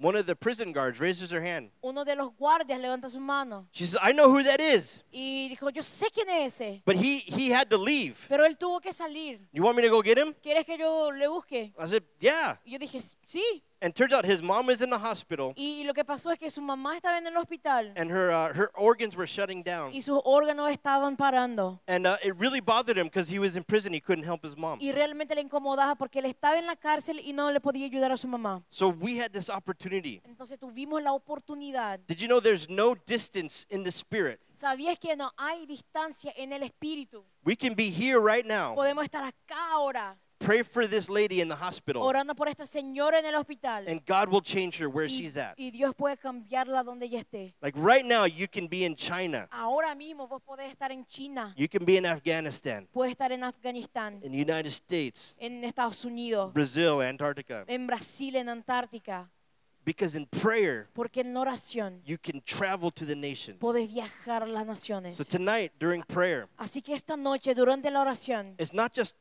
Speaker 1: One of the prison guards raises her hand.
Speaker 2: Uno de los guardias levanta su mano
Speaker 1: She says, I know who that is,
Speaker 2: y dijo, yo sé quién es ese,
Speaker 1: but he, he had to leave.
Speaker 2: pero él tuvo que salir.
Speaker 1: You want me to go get him?
Speaker 2: ¿Quieres que yo le busque?
Speaker 1: I said, yeah.
Speaker 2: Y yo dije, sí.
Speaker 1: And turns out his mom is in the hospital
Speaker 2: Y, lo que pasó es que su mamá estaba en el hospital
Speaker 1: and her, uh, her organs were shutting down.
Speaker 2: y sus órganos estaban parando.
Speaker 1: And uh, it really bothered him because he was in prison. He couldn't help his mom.
Speaker 2: Y realmente le incomodaba porque él estaba en la cárcel y no le podía ayudar a su mamá.
Speaker 1: So we had this opportunity.
Speaker 2: Entonces tuvimos la oportunidad.
Speaker 1: Did you know there's no distance in the spirit?
Speaker 2: ¿Sabías que no hay distancia en el espíritu?
Speaker 1: We can be here right now.
Speaker 2: Podemos estar acá ahora
Speaker 1: Pray for this lady in the hospital,
Speaker 2: orando por esta señora en el hospital.
Speaker 1: and God will change her where
Speaker 2: Y,
Speaker 1: she's at.
Speaker 2: y Dios puede cambiarla donde ella esté.
Speaker 1: Like right now, you can be in China,
Speaker 2: Ahora mismo vos podés estar en China,
Speaker 1: you can be in Afghanistan,
Speaker 2: puedes estar en Afganistán,
Speaker 1: in the United States,
Speaker 2: en Estados Unidos,
Speaker 1: Brazil, Antarctica.
Speaker 2: en Brasil, en Antártica.
Speaker 1: Because in prayer,
Speaker 2: Porque en oración
Speaker 1: you can travel to the nations.
Speaker 2: podés viajar a las naciones.
Speaker 1: So tonight, during prayer,
Speaker 2: Así que esta noche, durante la oración,
Speaker 1: it's not just,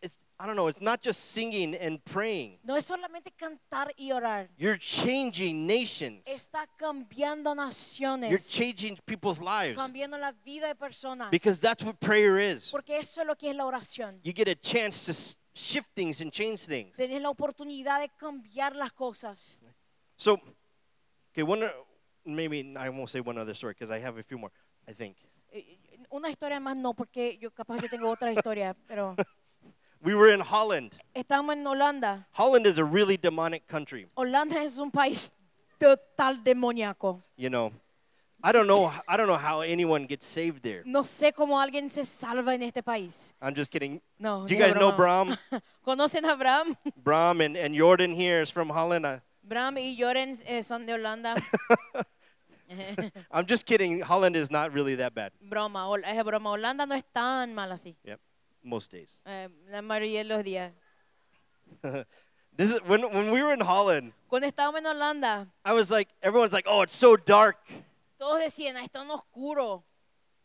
Speaker 1: it's, I don't know, it's not just singing and praying.
Speaker 2: no es solamente cantar y orar,
Speaker 1: You're changing nations.
Speaker 2: está cambiando
Speaker 1: You're
Speaker 2: naciones,
Speaker 1: changing people's lives
Speaker 2: cambiando la vida de personas.
Speaker 1: because that's what prayer is.
Speaker 2: Porque eso es lo que es la oración.
Speaker 1: You get a chance to s- shift things and change things.
Speaker 2: Tenés la oportunidad de cambiar las cosas.
Speaker 1: So, okay, one, o- maybe I won't say one other story because I have a few more, I think.
Speaker 2: Eh, eh, Una historia más no, porque yo capaz yo tengo otra historia, pero
Speaker 1: We were in Holland.
Speaker 2: estábamos en Holanda.
Speaker 1: Holland is a really demonic country,
Speaker 2: Holanda es un país total demoníaco.
Speaker 1: you know. I don't know. I don't know how anyone gets saved there.
Speaker 2: No sé cómo alguien se salva en este país.
Speaker 1: I'm just kidding.
Speaker 2: No.
Speaker 1: Do you
Speaker 2: ni de
Speaker 1: guys know
Speaker 2: broma.
Speaker 1: Bram?
Speaker 2: ¿Conocen a Bram?
Speaker 1: Bram and, and Jordan here is from Holland. I,
Speaker 2: Bram y Joren eh, son de Holanda.
Speaker 1: I'm just kidding. Holland is not really that bad.
Speaker 2: broma, Hol- es broma. Holanda no es tan mal así.
Speaker 1: Yep, most days.
Speaker 2: eh, la mayoría de los días.
Speaker 1: This is when when we were in Holland.
Speaker 2: Cuando estábamos en Holanda,
Speaker 1: I was like, everyone's like, oh, it's so dark.
Speaker 2: todos decían, "Ah, está en oscuro.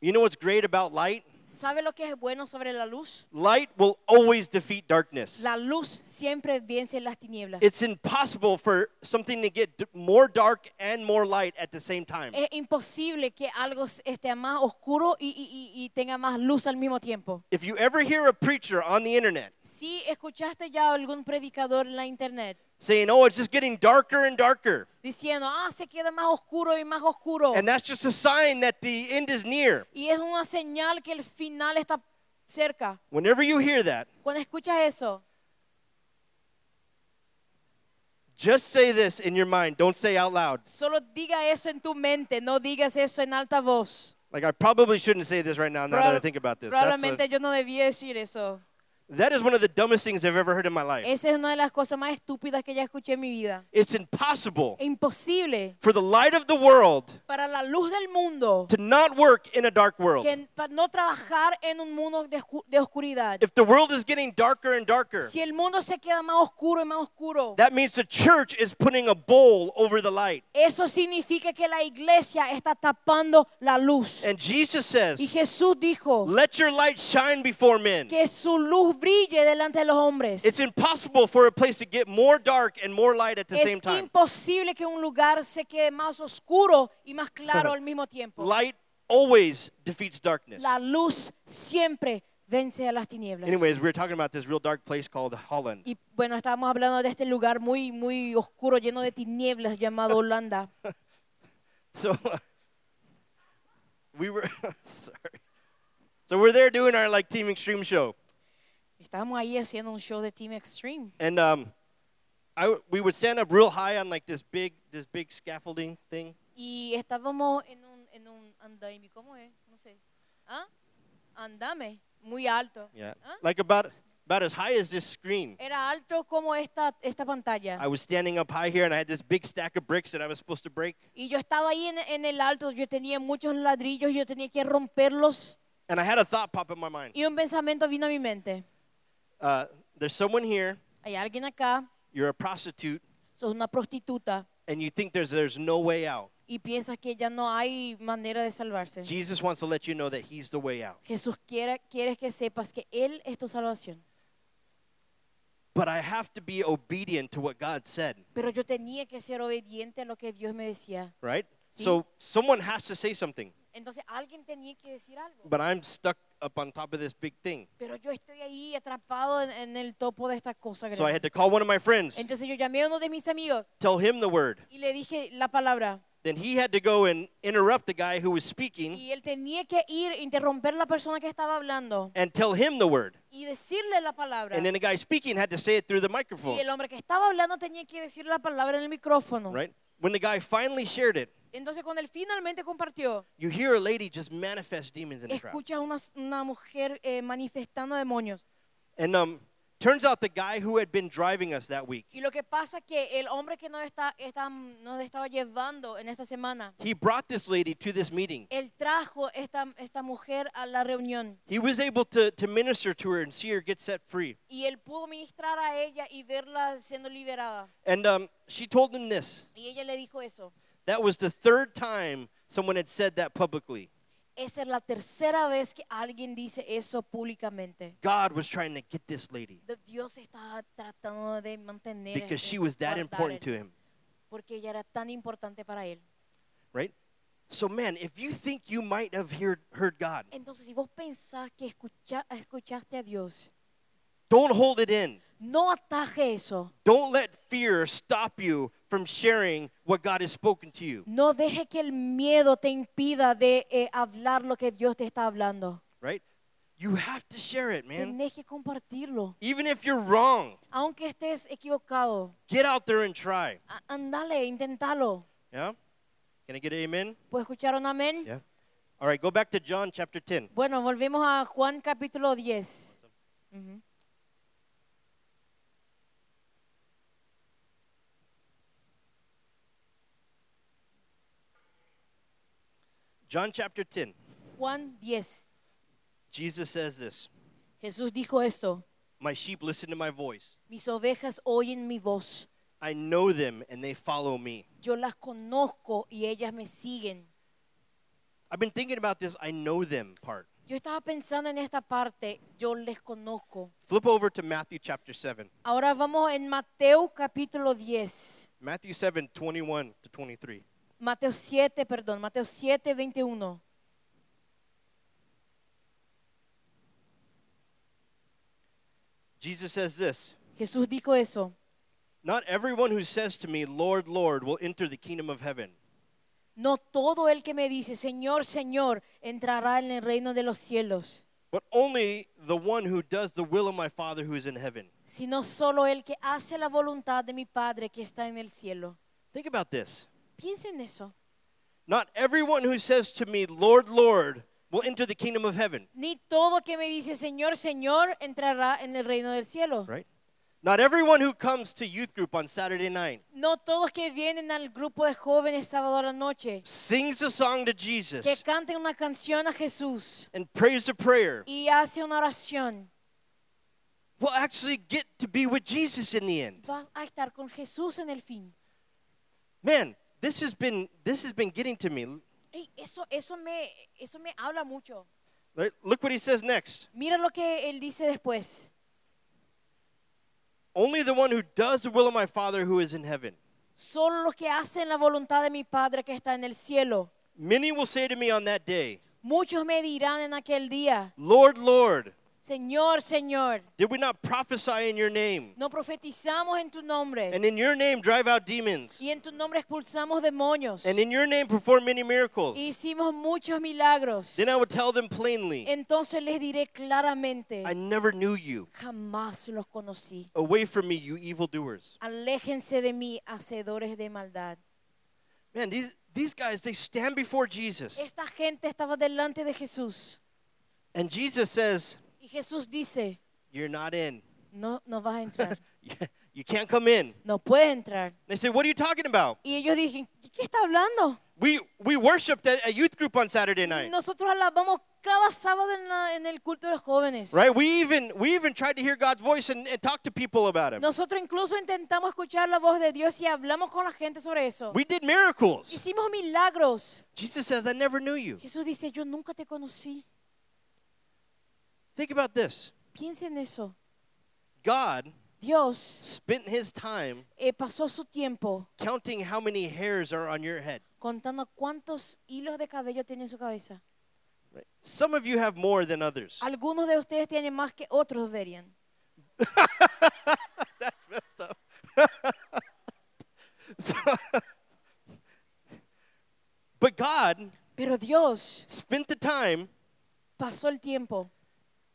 Speaker 1: You know what's great about light?
Speaker 2: ¿Sabe lo que es bueno sobre la luz?
Speaker 1: Light will always defeat darkness.
Speaker 2: La luz siempre vence las tinieblas.
Speaker 1: It's impossible for something to get d- more dark and more light at the same time.
Speaker 2: es imposible que algo esté más oscuro y, y- y- y tenga más luz al mismo tiempo.
Speaker 1: If you ever hear a preacher on the internet
Speaker 2: Si escuchaste ya algún predicador en la internet
Speaker 1: saying, oh, it's just getting darker and darker,
Speaker 2: diciendo, ah, se queda más oscuro y más oscuro,
Speaker 1: and that's just a sign that the end is near.
Speaker 2: y es una señal que el final está cerca.
Speaker 1: Whenever you hear that,
Speaker 2: Cuando escuchas eso,
Speaker 1: just say this in your mind. Don't say out loud.
Speaker 2: solo diga eso en tu mente, no digas eso en alta voz.
Speaker 1: Like, I probably shouldn't say this right now, now that I
Speaker 2: Probab-
Speaker 1: think about this. That's a-
Speaker 2: Probablemente yo no debía decir eso.
Speaker 1: that is one of the dumbest things I've ever heard in my life.
Speaker 2: Esa es una de las cosas más estúpidas que ya escuché en mi vida.
Speaker 1: It's impossible
Speaker 2: Es imposible
Speaker 1: for the light of the world
Speaker 2: para la luz del mundo
Speaker 1: to not work in a dark world.
Speaker 2: que para no trabajar en un mundo de, oscu- de oscuridad.
Speaker 1: If the world is getting darker and darker,
Speaker 2: Si el mundo se queda más oscuro y más oscuro,
Speaker 1: that means the church is putting a bowl over the light.
Speaker 2: eso significa que la iglesia está tapando la luz.
Speaker 1: And Jesus
Speaker 2: Y
Speaker 1: says,
Speaker 2: Jesús dijo
Speaker 1: Let your light shine before men.
Speaker 2: que su luz brille delante de los hombres.
Speaker 1: It's impossible for a place to get more dark and more light at the same
Speaker 2: Es
Speaker 1: time.
Speaker 2: imposible que un lugar se quede más oscuro y más claro al mismo tiempo.
Speaker 1: Light always defeats darkness.
Speaker 2: La luz siempre vence a las tinieblas.
Speaker 1: Anyways, we were talking about this real dark place called Holland.
Speaker 2: Y bueno, estábamos hablando de este lugar muy, muy oscuro, lleno de tinieblas, llamado Holanda.
Speaker 1: So we were sorry. So we're there doing our like Team Extreme show.
Speaker 2: Estábamos ahí haciendo un show de Team Extreme.
Speaker 1: And um, I w- we would stand up real high on like this big this big scaffolding thing,
Speaker 2: Y estábamos en un, en un andame, ¿cómo es? No sé. ¿Ah? Andame, muy alto.
Speaker 1: yeah,
Speaker 2: ¿Ah?
Speaker 1: like about about as high as this screen.
Speaker 2: Era alto como esta, esta pantalla.
Speaker 1: I was standing up high here, and I had this big stack of bricks that I was supposed to break.
Speaker 2: Y yo estaba ahí en, en el alto, yo tenía muchos ladrillos, yo tenía que romperlos.
Speaker 1: And I had a thought pop in my mind.
Speaker 2: Y un pensamiento vino a mi mente.
Speaker 1: Uh, there's someone here,
Speaker 2: Hay alguien acá,
Speaker 1: you're a prostitute,
Speaker 2: sos una prostituta
Speaker 1: and you think there's, there's no way out.
Speaker 2: y piensas que ya no hay manera de salvarse.
Speaker 1: Jesus wants to let you know that He's the way out.
Speaker 2: Jesús quiere, quiere que sepas que Él es tu salvación.
Speaker 1: But I have to be obedient to what God said,
Speaker 2: Pero yo tenía que ser obediente a lo que Dios me decía.
Speaker 1: right?
Speaker 2: Sí.
Speaker 1: So someone has to say something,
Speaker 2: Entonces alguien tenía que decir algo.
Speaker 1: but I'm stuck up on top of this big thing.
Speaker 2: Pero yo estoy ahí atrapado en, en el topo de esta
Speaker 1: So
Speaker 2: cosa.
Speaker 1: I
Speaker 2: grande.
Speaker 1: had to call one of my friends,
Speaker 2: Entonces yo llamé a uno de mis amigos
Speaker 1: tell him the word.
Speaker 2: y le dije la palabra.
Speaker 1: Then he had to go and interrupt the guy who was speaking
Speaker 2: Y él tenía que ir, interrumpir la persona que estaba hablando
Speaker 1: and tell him the word.
Speaker 2: y decirle la palabra.
Speaker 1: And then the guy speaking had to say it through the
Speaker 2: Y
Speaker 1: microphone,
Speaker 2: el hombre que estaba hablando tenía que decir la palabra en el micrófono.
Speaker 1: right? When the guy finally shared it,
Speaker 2: Entonces cuando él finalmente compartió,
Speaker 1: you hear a lady just manifest demons in the crowd.
Speaker 2: escucha a una, una mujer eh, manifestando demonios.
Speaker 1: And um, turns out the guy who had been driving us that week,
Speaker 2: Y lo que pasa es que el hombre que nos, está, está- nos estaba llevando en esta semana,
Speaker 1: he brought this lady to this meeting.
Speaker 2: él trajo esta, esta mujer a la reunión
Speaker 1: He was able to, to minister to her and see her get set free.
Speaker 2: y él pudo ministrar a ella y verla siendo liberada.
Speaker 1: And um, she told him this.
Speaker 2: Y ella le dijo eso.
Speaker 1: That was the third time someone had said that publicly.
Speaker 2: Esa es la tercera vez que alguien dice eso públicamente.
Speaker 1: God was trying to get this lady
Speaker 2: De- Dios estaba tratando de mantener
Speaker 1: because
Speaker 2: este,
Speaker 1: she was that
Speaker 2: guardar
Speaker 1: important
Speaker 2: el-
Speaker 1: to him,
Speaker 2: porque ella era tan importante para él.
Speaker 1: right? So, man, if you think you might have heard, heard God,
Speaker 2: Entonces, si vos pensás que escucha- escuchaste a Dios,
Speaker 1: don't hold it in.
Speaker 2: no ataje eso.
Speaker 1: Don't let fear stop you from sharing what God has spoken to you,
Speaker 2: No deje que el miedo te impida de eh, hablar lo que Dios te está hablando.
Speaker 1: right? You have to share it, man.
Speaker 2: Tenés que compartirlo.
Speaker 1: Even if you're wrong,
Speaker 2: Aunque estés equivocado,
Speaker 1: get out there and try.
Speaker 2: a- andale, intentalo.
Speaker 1: Yeah? Can I get an amen?
Speaker 2: ¿Puedo escuchar un amén?
Speaker 1: Yeah. All right, go back to John chapter 10.
Speaker 2: Bueno, volvemos a Juan capítulo 10. Ujú.
Speaker 1: John chapter 10.
Speaker 2: Juan 10.
Speaker 1: Jesus says this
Speaker 2: Jesús dijo esto.
Speaker 1: My sheep listen to my voice.
Speaker 2: Mis ovejas oyen mi voz.
Speaker 1: I know them and they follow me.
Speaker 2: Yo las conozco y ellas me siguen.
Speaker 1: I've been thinking about this I know them part.
Speaker 2: Yo estaba pensando en esta parte. Yo les conozco.
Speaker 1: Flip over to Matthew chapter 7.
Speaker 2: Ahora vamos en Mateo capítulo 10.
Speaker 1: Matthew 7, 21 to 23.
Speaker 2: Mateo 7, perdón, Mateo 7, 21.
Speaker 1: Jesus says this
Speaker 2: Jesús dijo eso.
Speaker 1: Not everyone who says to me, Lord, Lord, will enter the kingdom of heaven,
Speaker 2: No todo el que me dice, Señor, Señor, entrará en el reino de los cielos,
Speaker 1: but only the one who does the will of my Father who is in heaven.
Speaker 2: sino solo el que hace la voluntad de mi Padre que está en el cielo.
Speaker 1: Think about this.
Speaker 2: Piensa en eso.
Speaker 1: Not everyone who says to me, Lord, Lord, will enter the kingdom of heaven,
Speaker 2: Ni todo que me dice, Señor, Señor, entrará en el reino del cielo.
Speaker 1: right? Not everyone who comes to youth group on Saturday night,
Speaker 2: No todos que vienen al grupo de jóvenes sábado a la noche,
Speaker 1: sings a song to
Speaker 2: que
Speaker 1: Jesus,
Speaker 2: canten una canción a Jesús
Speaker 1: and prays a prayer
Speaker 2: y hace una oración,
Speaker 1: will actually get to be with Jesus in the end.
Speaker 2: vas a estar con Jesús en el fin.
Speaker 1: Man, this has been this has been getting to me.
Speaker 2: Ey, eso, eso, me, eso me habla mucho.
Speaker 1: Right? Look what he says next.
Speaker 2: Mira lo que él dice después.
Speaker 1: Only the one who does the will of my Father who is in heaven.
Speaker 2: Solo los que hacen la voluntad de mi Padre que está en el cielo.
Speaker 1: Many will say to me on that day,
Speaker 2: Muchos me dirán en aquel día,
Speaker 1: Lord, Lord,
Speaker 2: Señor, Señor,
Speaker 1: did we not prophesy in your name?
Speaker 2: no profetizamos en tu nombre
Speaker 1: And in your name drive out demons.
Speaker 2: y en tu nombre expulsamos demonios
Speaker 1: And
Speaker 2: y
Speaker 1: in your name perform many miracles.
Speaker 2: hicimos muchos milagros.
Speaker 1: Then I would tell them plainly,
Speaker 2: Entonces les diré claramente,
Speaker 1: I never knew you.
Speaker 2: jamás los conocí.
Speaker 1: Away from me, you evildoers.
Speaker 2: Aléjense de mí, hacedores de maldad.
Speaker 1: Man, these, these guys, they stand before Jesus.
Speaker 2: Esta gente estaba delante de Jesús
Speaker 1: And Jesus says,
Speaker 2: y Jesús dice,
Speaker 1: You're not in.
Speaker 2: no, no vas a entrar.
Speaker 1: You can't come in.
Speaker 2: no puede entrar.
Speaker 1: They said, What are you talking about?
Speaker 2: Y ellos dijeron, "¿De ¿qué está hablando?
Speaker 1: We, we worshiped at a youth group on Saturday night.
Speaker 2: Nosotros alabamos cada sábado en, la- en el culto de los jóvenes.
Speaker 1: Right? We even we even tried to hear God's voice and, and talk to people about him.
Speaker 2: Nosotros incluso intentamos escuchar la voz de Dios y hablamos con la gente sobre eso.
Speaker 1: We did miracles.
Speaker 2: Hicimos milagros.
Speaker 1: Jesus says, I never knew you.
Speaker 2: Jesús dice, yo nunca te conocí.
Speaker 1: Think about this.
Speaker 2: Piensa en eso.
Speaker 1: God
Speaker 2: Dios
Speaker 1: spent his time
Speaker 2: eh, pasó su tiempo
Speaker 1: counting how many hairs are on your head.
Speaker 2: contando cuántos hilos de cabello tiene en su cabeza.
Speaker 1: Right? Some of you have more than others.
Speaker 2: Algunos de ustedes tienen más que otros deberían.
Speaker 1: That's messed up. So- but God
Speaker 2: Pero Dios
Speaker 1: spent the time
Speaker 2: pasó el tiempo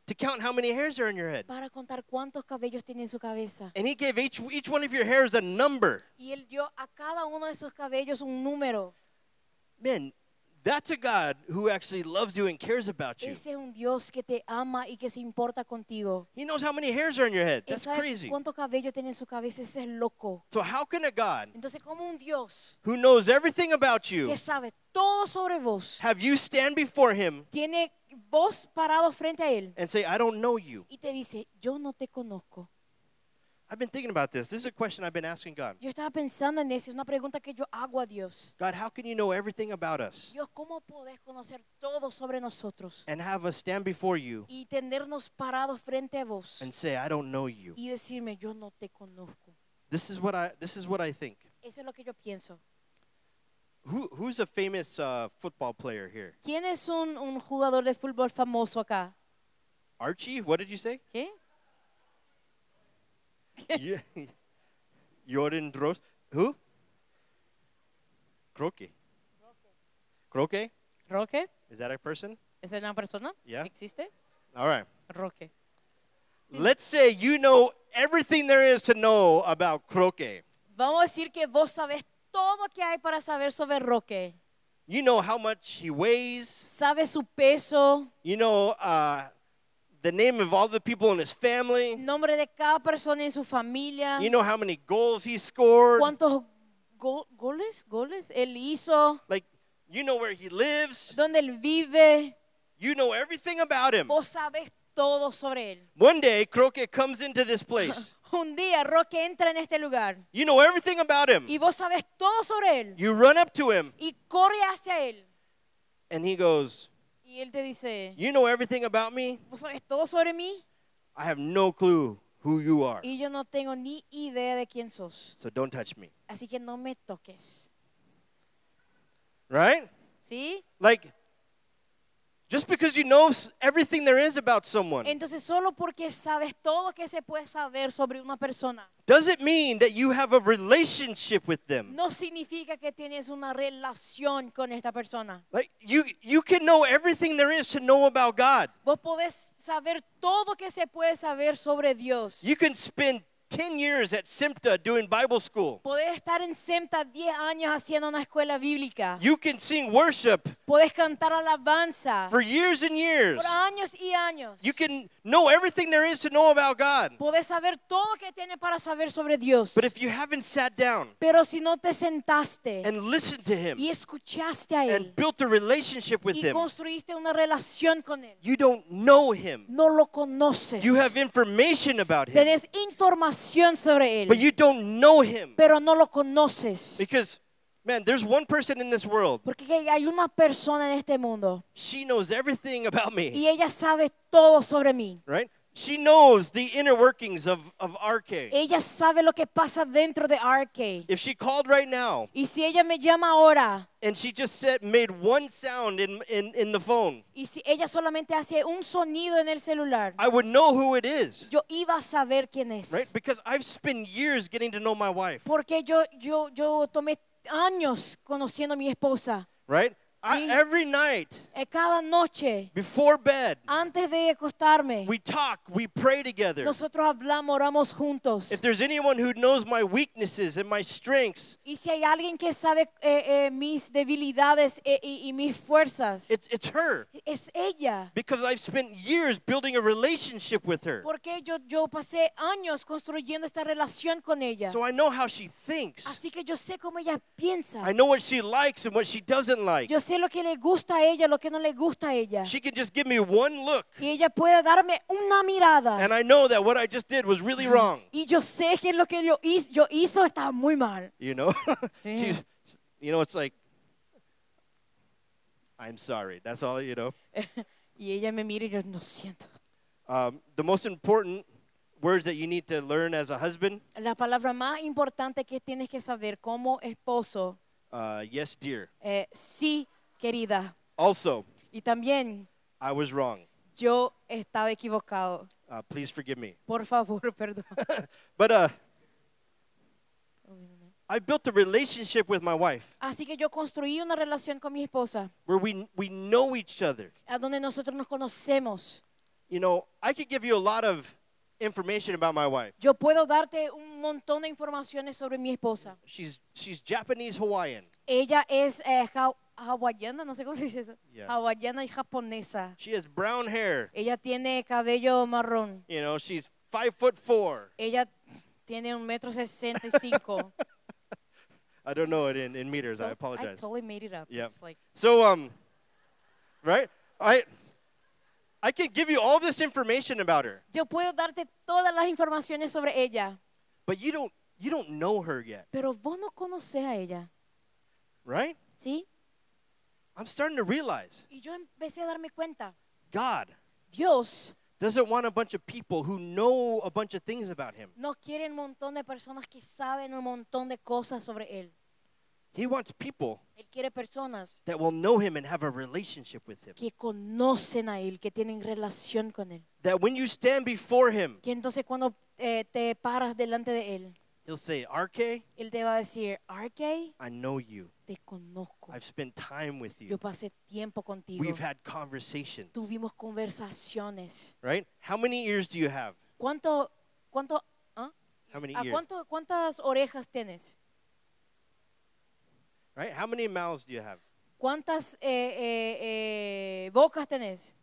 Speaker 1: to count how many hairs are on your head.
Speaker 2: para contar cuántos cabellos tiene en su cabeza.
Speaker 1: And he gave each, each one of your hairs a number.
Speaker 2: Y Él dio a cada uno de esos cabellos un número.
Speaker 1: Man, that's a God who actually loves you and cares about you.
Speaker 2: Ese es un Dios que te ama y que se importa contigo.
Speaker 1: He knows how many hairs are on your head.
Speaker 2: Él
Speaker 1: That's
Speaker 2: sabe
Speaker 1: crazy.
Speaker 2: cuántos cabellos tiene en su cabeza. Eso es loco.
Speaker 1: So, how can a God
Speaker 2: Entonces, como un Dios
Speaker 1: who knows everything about you
Speaker 2: que sabe todo sobre vos,
Speaker 1: have you stand before him
Speaker 2: tiene vos parado frente a Él
Speaker 1: and say, I don't know you?
Speaker 2: y te dice, yo no te conozco?
Speaker 1: I've been thinking about this. This is a question I've been asking God.
Speaker 2: Yo estaba pensando en eso. Es una pregunta que yo hago a Dios.
Speaker 1: God, how can you know everything about us
Speaker 2: Dios, ¿cómo podés conocer todo sobre nosotros?
Speaker 1: and have us stand before you
Speaker 2: Y tenernos parados frente a vos
Speaker 1: and say, I don't know you?
Speaker 2: y decirme, yo no te conozco.
Speaker 1: This is what I, this is what I think.
Speaker 2: Eso es lo que yo pienso.
Speaker 1: Who, who's a famous uh, football player here?
Speaker 2: ¿Quién es un, un jugador de fútbol famoso acá?
Speaker 1: Archie? What did you say?
Speaker 2: ¿Qué?
Speaker 1: Ye- Jordan Dros. Who? Croque. Croque?
Speaker 2: ¿Roque?
Speaker 1: Is that a person?
Speaker 2: ¿Es una persona?
Speaker 1: Yeah.
Speaker 2: ¿Existe?
Speaker 1: All right.
Speaker 2: Roque.
Speaker 1: Let's say you know everything there is to know about croquet.
Speaker 2: Vamos a decir que vos sabés todo que hay para saber sobre Roque.
Speaker 1: You know how much he weighs.
Speaker 2: Sabes su peso,
Speaker 1: You know uh, the name of all the people in his family.
Speaker 2: nombre de cada persona en su familia,
Speaker 1: You know how many goals he scored.
Speaker 2: cuántos go- goles, goles él hizo,
Speaker 1: Like, you know where he lives.
Speaker 2: dónde él vive.
Speaker 1: You know everything about him.
Speaker 2: Vos sabés todo sobre él.
Speaker 1: One day, Croquet comes into this place.
Speaker 2: Un día Roque entra en este lugar
Speaker 1: You know everything about him.
Speaker 2: y vos sabés todo sobre él
Speaker 1: Mm. You run up to him,
Speaker 2: y corre hacia él
Speaker 1: and he goes,
Speaker 2: y él te dice,
Speaker 1: You know everything about me?
Speaker 2: vos sabés todo sobre mí
Speaker 1: I have no clue who you are.
Speaker 2: y yo no tengo ni idea de quién sos,
Speaker 1: So don't touch me.
Speaker 2: así que no me toques.
Speaker 1: Right?
Speaker 2: ¿Sí?
Speaker 1: Like, just because you know s- everything there is about someone
Speaker 2: Entonces solo porque sabes todo que se puede saber sobre una persona,
Speaker 1: doesn't mean that you have a relationship with them.
Speaker 2: no significa que tienes una relación con esta persona.
Speaker 1: Like, you, you can know everything there is to know about God.
Speaker 2: Vos podés saber todo que se puede saber sobre Dios.
Speaker 1: You can spend 10 years at SIMTA doing Bible school.
Speaker 2: Podés estar en SEMTA 10 años haciendo una escuela bíblica.
Speaker 1: You can sing worship
Speaker 2: Podés cantar alabanza
Speaker 1: for years and years.
Speaker 2: por años y años.
Speaker 1: You can know everything there is to know about God.
Speaker 2: Podés saber todo que tienes para saber sobre Dios.
Speaker 1: But if you haven't sat down
Speaker 2: Pero si no te sentaste
Speaker 1: and listened to Him
Speaker 2: y escuchaste a
Speaker 1: and
Speaker 2: Él
Speaker 1: built a relationship with
Speaker 2: y
Speaker 1: Him,
Speaker 2: construiste una relación con Él,
Speaker 1: you don't know Him.
Speaker 2: no lo conoces.
Speaker 1: You have information about Him,
Speaker 2: Tenés información sobre
Speaker 1: but
Speaker 2: Él,
Speaker 1: you don't know Him.
Speaker 2: pero no lo conoces.
Speaker 1: Because, man, there's one person in this world.
Speaker 2: Porque hay una persona en este mundo
Speaker 1: She knows everything about me,
Speaker 2: y ella sabe todo sobre mí.
Speaker 1: right? She knows the inner workings of, of RK.
Speaker 2: Ella sabe lo que pasa dentro de RK.
Speaker 1: If she called right now
Speaker 2: Y si ella me llama ahora
Speaker 1: and she just said, made one sound in, in, in the phone,
Speaker 2: y si ella solamente hace un sonido en el celular,
Speaker 1: I would know who it is.
Speaker 2: yo iba a saber quién es.
Speaker 1: right? Because I've spent years getting to know my wife,
Speaker 2: Porque yo, yo, yo tomé años conociendo a mi esposa.
Speaker 1: right? I,
Speaker 2: Sí.
Speaker 1: every night
Speaker 2: Eh, Cada noche,
Speaker 1: before bed,
Speaker 2: antes de acostarme,
Speaker 1: we talk, we pray together.
Speaker 2: nosotros hablamos, oramos juntos.
Speaker 1: If there's anyone who knows my weaknesses and my strengths,
Speaker 2: Y si hay alguien que sabe eh, eh, mis debilidades eh, y, y mis fuerzas,
Speaker 1: it's, it's her
Speaker 2: es ella.
Speaker 1: because I've spent years building a relationship with her.
Speaker 2: Porque yo, yo pasé años construyendo esta relación con ella.
Speaker 1: So I know how she thinks.
Speaker 2: Así que yo sé cómo ella piensa.
Speaker 1: I know what she likes and what she doesn't like.
Speaker 2: Yo sé lo que le gusta a ella, lo que no le gusta a ella.
Speaker 1: She can just give me one look,
Speaker 2: Y ella puede darme una mirada.
Speaker 1: and I know that what I just did was really wrong.
Speaker 2: Y yo sé que lo que yo hizo, yo hizo estaba muy mal.
Speaker 1: You know,
Speaker 2: Sí.
Speaker 1: she's, you know, it's like, I'm sorry. That's all you know.
Speaker 2: Y ella me mira y yo no siento.
Speaker 1: Um, the most important words that you need to learn as a husband:
Speaker 2: La palabra más importante que tienes que saber como esposo,
Speaker 1: uh, yes, dear.
Speaker 2: eh, sí, querida.
Speaker 1: Also,
Speaker 2: Y también
Speaker 1: I was wrong.
Speaker 2: yo estaba equivocado.
Speaker 1: Uh, please forgive me.
Speaker 2: Por favor, perdón.
Speaker 1: But uh, I built a relationship with my wife
Speaker 2: Así que yo construí una relación con mi esposa,
Speaker 1: where we we know each other.
Speaker 2: a donde nosotros nos conocemos.
Speaker 1: You know, I could give you a lot of information about my wife.
Speaker 2: Yo puedo darte un montón de informaciones sobre mi esposa.
Speaker 1: She's she's Japanese Hawaiian.
Speaker 2: Ella es eh, hau- hawaiana, no sé cómo se dice eso.
Speaker 1: Yeah.
Speaker 2: Hawaiana y japonesa.
Speaker 1: She has brown hair.
Speaker 2: Ella tiene cabello marrón.
Speaker 1: You know, she's five foot four.
Speaker 2: Ella tiene un metro sesenta y cinco.
Speaker 1: I don't know it in, in meters. I
Speaker 2: Don't-
Speaker 1: apologize.
Speaker 2: totally made it up.
Speaker 1: Yeah.
Speaker 2: It's like-
Speaker 1: So um, right? I I can give you all this information about her,
Speaker 2: yo puedo darte todas las informaciones sobre ella,
Speaker 1: but you don't you don't know her yet,
Speaker 2: pero vos no conoces a ella,
Speaker 1: right?
Speaker 2: ¿sí?
Speaker 1: I'm starting to realize
Speaker 2: Y yo empecé a darme cuenta,
Speaker 1: God
Speaker 2: Dios
Speaker 1: doesn't want a bunch of people who know a bunch of things about him.
Speaker 2: no quiere un montón de personas que saben un montón de cosas sobre él.
Speaker 1: He wants people
Speaker 2: Él quiere personas
Speaker 1: that will know him and have a relationship with him.
Speaker 2: que conocen a él, que tienen relación con él.
Speaker 1: That when you stand before him,
Speaker 2: Que entonces cuando eh, te paras delante de él,
Speaker 1: he'll say, "RK,
Speaker 2: él te va a decir, RK,
Speaker 1: I know you.
Speaker 2: te conozco.
Speaker 1: I've spent time with you.
Speaker 2: Yo pasé tiempo contigo.
Speaker 1: We've had conversations."
Speaker 2: Tuvimos conversaciones.
Speaker 1: Right? How many ears do you have?
Speaker 2: ¿Cuánto, cuánto, ah?
Speaker 1: How many
Speaker 2: ¿A
Speaker 1: ears?
Speaker 2: cuánto, cuántas orejas tienes?
Speaker 1: Right? How many mouths do you have?
Speaker 2: ¿Cuántas eh, eh, eh, bocas tenés?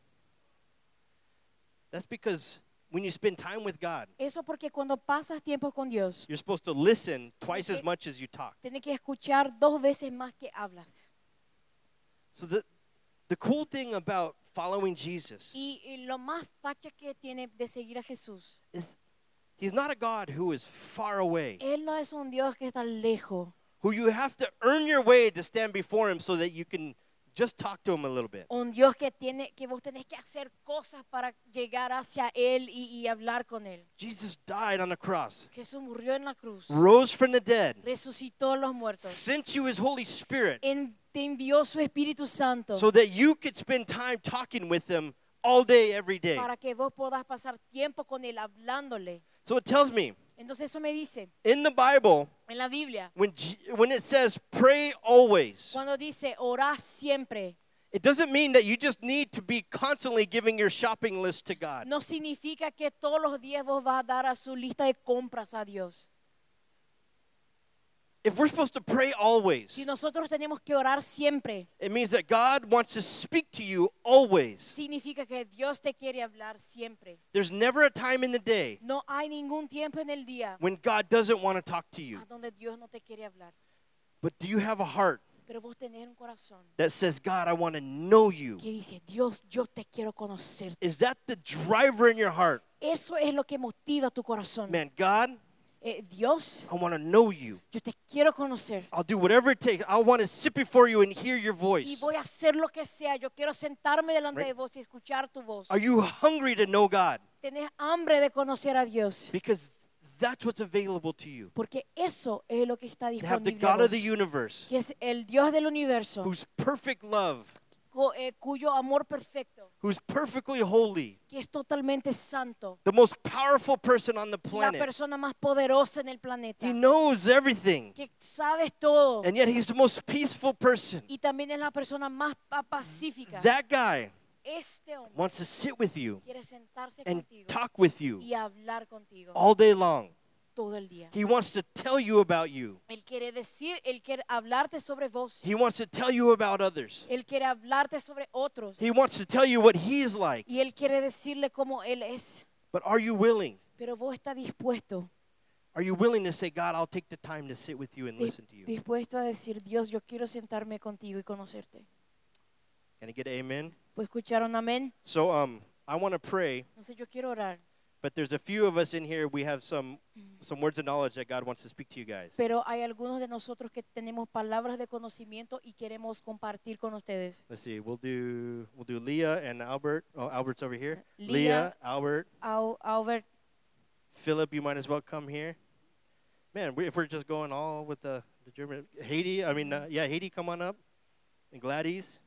Speaker 1: That's because when you spend time with God,
Speaker 2: Eso porque cuando pasas tiempo con Dios,
Speaker 1: you're supposed to listen twice as
Speaker 2: Okay.
Speaker 1: much as you talk.
Speaker 2: tienes que escuchar dos veces más que hablas.
Speaker 1: So the the cool thing about following Jesus
Speaker 2: Y, y lo más facha que tiene de seguir a Jesús,
Speaker 1: is he's not a God who is far away,
Speaker 2: Él no es un Dios que está lejos,
Speaker 1: who you have to earn your way to stand before him so that you can just talk to him a little bit.
Speaker 2: un Dios que, tiene, que vos tenés que hacer cosas para llegar hacia Él y, y hablar con Él.
Speaker 1: Jesus died on the cross,
Speaker 2: Jesús murió en la cruz,
Speaker 1: rose from the dead,
Speaker 2: resucitó a los muertos,
Speaker 1: sent you his Holy Spirit
Speaker 2: en- te envió su Espíritu Santo.
Speaker 1: so that you could spend time talking with him all day, every day.
Speaker 2: para que vos puedas pasar tiempo con él hablándole.
Speaker 1: So it tells me
Speaker 2: Entonces eso me dice
Speaker 1: in the Bible
Speaker 2: en la Biblia,
Speaker 1: when J- when it says pray always,
Speaker 2: cuando dice orá siempre,
Speaker 1: it doesn't mean that you just need to be constantly giving your shopping list to God.
Speaker 2: no significa que todos los días vos vas a dar a su lista de compras a Dios.
Speaker 1: If we're supposed to pray always,
Speaker 2: Si nosotros tenemos que orar siempre,
Speaker 1: it means that God wants to speak to you always.
Speaker 2: significa que Dios te quiere hablar siempre.
Speaker 1: There's never a time in the day
Speaker 2: No hay ningún tiempo en el día
Speaker 1: when God doesn't want to talk to you.
Speaker 2: a donde Dios no te quiere hablar.
Speaker 1: But do you have a heart
Speaker 2: Pero vos tenés un corazón
Speaker 1: that says, "God, I want to know you"?
Speaker 2: que dice, Dios, yo te quiero conocer.
Speaker 1: Is that the driver in your heart?
Speaker 2: Eso es lo que motiva tu corazón.
Speaker 1: Man, God,
Speaker 2: Eh, Dios,
Speaker 1: I want to know you.
Speaker 2: yo te quiero conocer.
Speaker 1: I'll do whatever it takes. I want to sit before you and hear your
Speaker 2: y
Speaker 1: voice.
Speaker 2: voy a hacer lo que sea. Yo quiero sentarme delante
Speaker 1: Pues. Right.
Speaker 2: de vos y escuchar tu voz.
Speaker 1: Are you hungry to know God?
Speaker 2: Tenés hambre de conocer a Dios,
Speaker 1: Because that's what's available to you.
Speaker 2: porque eso es lo que está
Speaker 1: To have the
Speaker 2: disponible. a
Speaker 1: God of the
Speaker 2: vos,
Speaker 1: universe,
Speaker 2: que es el Dios del universo,
Speaker 1: whose perfect love
Speaker 2: co- eh, cuyo amor perfecto,
Speaker 1: who's perfectly holy,
Speaker 2: que es totalmente santo,
Speaker 1: the most powerful person on the
Speaker 2: la
Speaker 1: planet.
Speaker 2: persona más poderosa en el planeta,
Speaker 1: He knows everything,
Speaker 2: que sabes todo
Speaker 1: and yet he's the most peaceful person.
Speaker 2: y también es la persona más pa- pacífica.
Speaker 1: That guy
Speaker 2: Este hombre
Speaker 1: wants to sit with you
Speaker 2: quiere sentarse
Speaker 1: and
Speaker 2: contigo
Speaker 1: talk with you
Speaker 2: y hablar contigo
Speaker 1: all day long.
Speaker 2: todo el día.
Speaker 1: He wants to tell you about you.
Speaker 2: Él quiere decir, él quiere hablarte sobre vos,
Speaker 1: He wants to tell you about others.
Speaker 2: él quiere hablarte sobre otros
Speaker 1: He wants to tell you what he's like.
Speaker 2: y él quiere decirle cómo él es.
Speaker 1: But are you willing?
Speaker 2: Pero vos estás dispuesto,
Speaker 1: Are you willing to say, God, I'll take the time to sit with you and
Speaker 2: di-
Speaker 1: listen to you?
Speaker 2: dispuesto a decir, Dios, yo quiero sentarme contigo y conocerte.
Speaker 1: Can I get an amen?
Speaker 2: Pues escucharon, amén.
Speaker 1: So um, I want to pray,
Speaker 2: Entonces yo quiero orar.
Speaker 1: but there's a few of us in here. We have some some words of knowledge that God wants to speak to you guys.
Speaker 2: Pero hay algunos de nosotros que tenemos palabras de conocimiento y queremos compartir con ustedes.
Speaker 1: Let's see. We'll do we'll do Leah and Albert. Oh, Albert's over here.
Speaker 2: Leah.
Speaker 1: Albert,
Speaker 2: Au- Albert,
Speaker 1: Philip. You might as well come here. Man, we, if we're just going all with the the German, Haiti. I mean, uh, yeah, Haiti, come on up. And Gladys,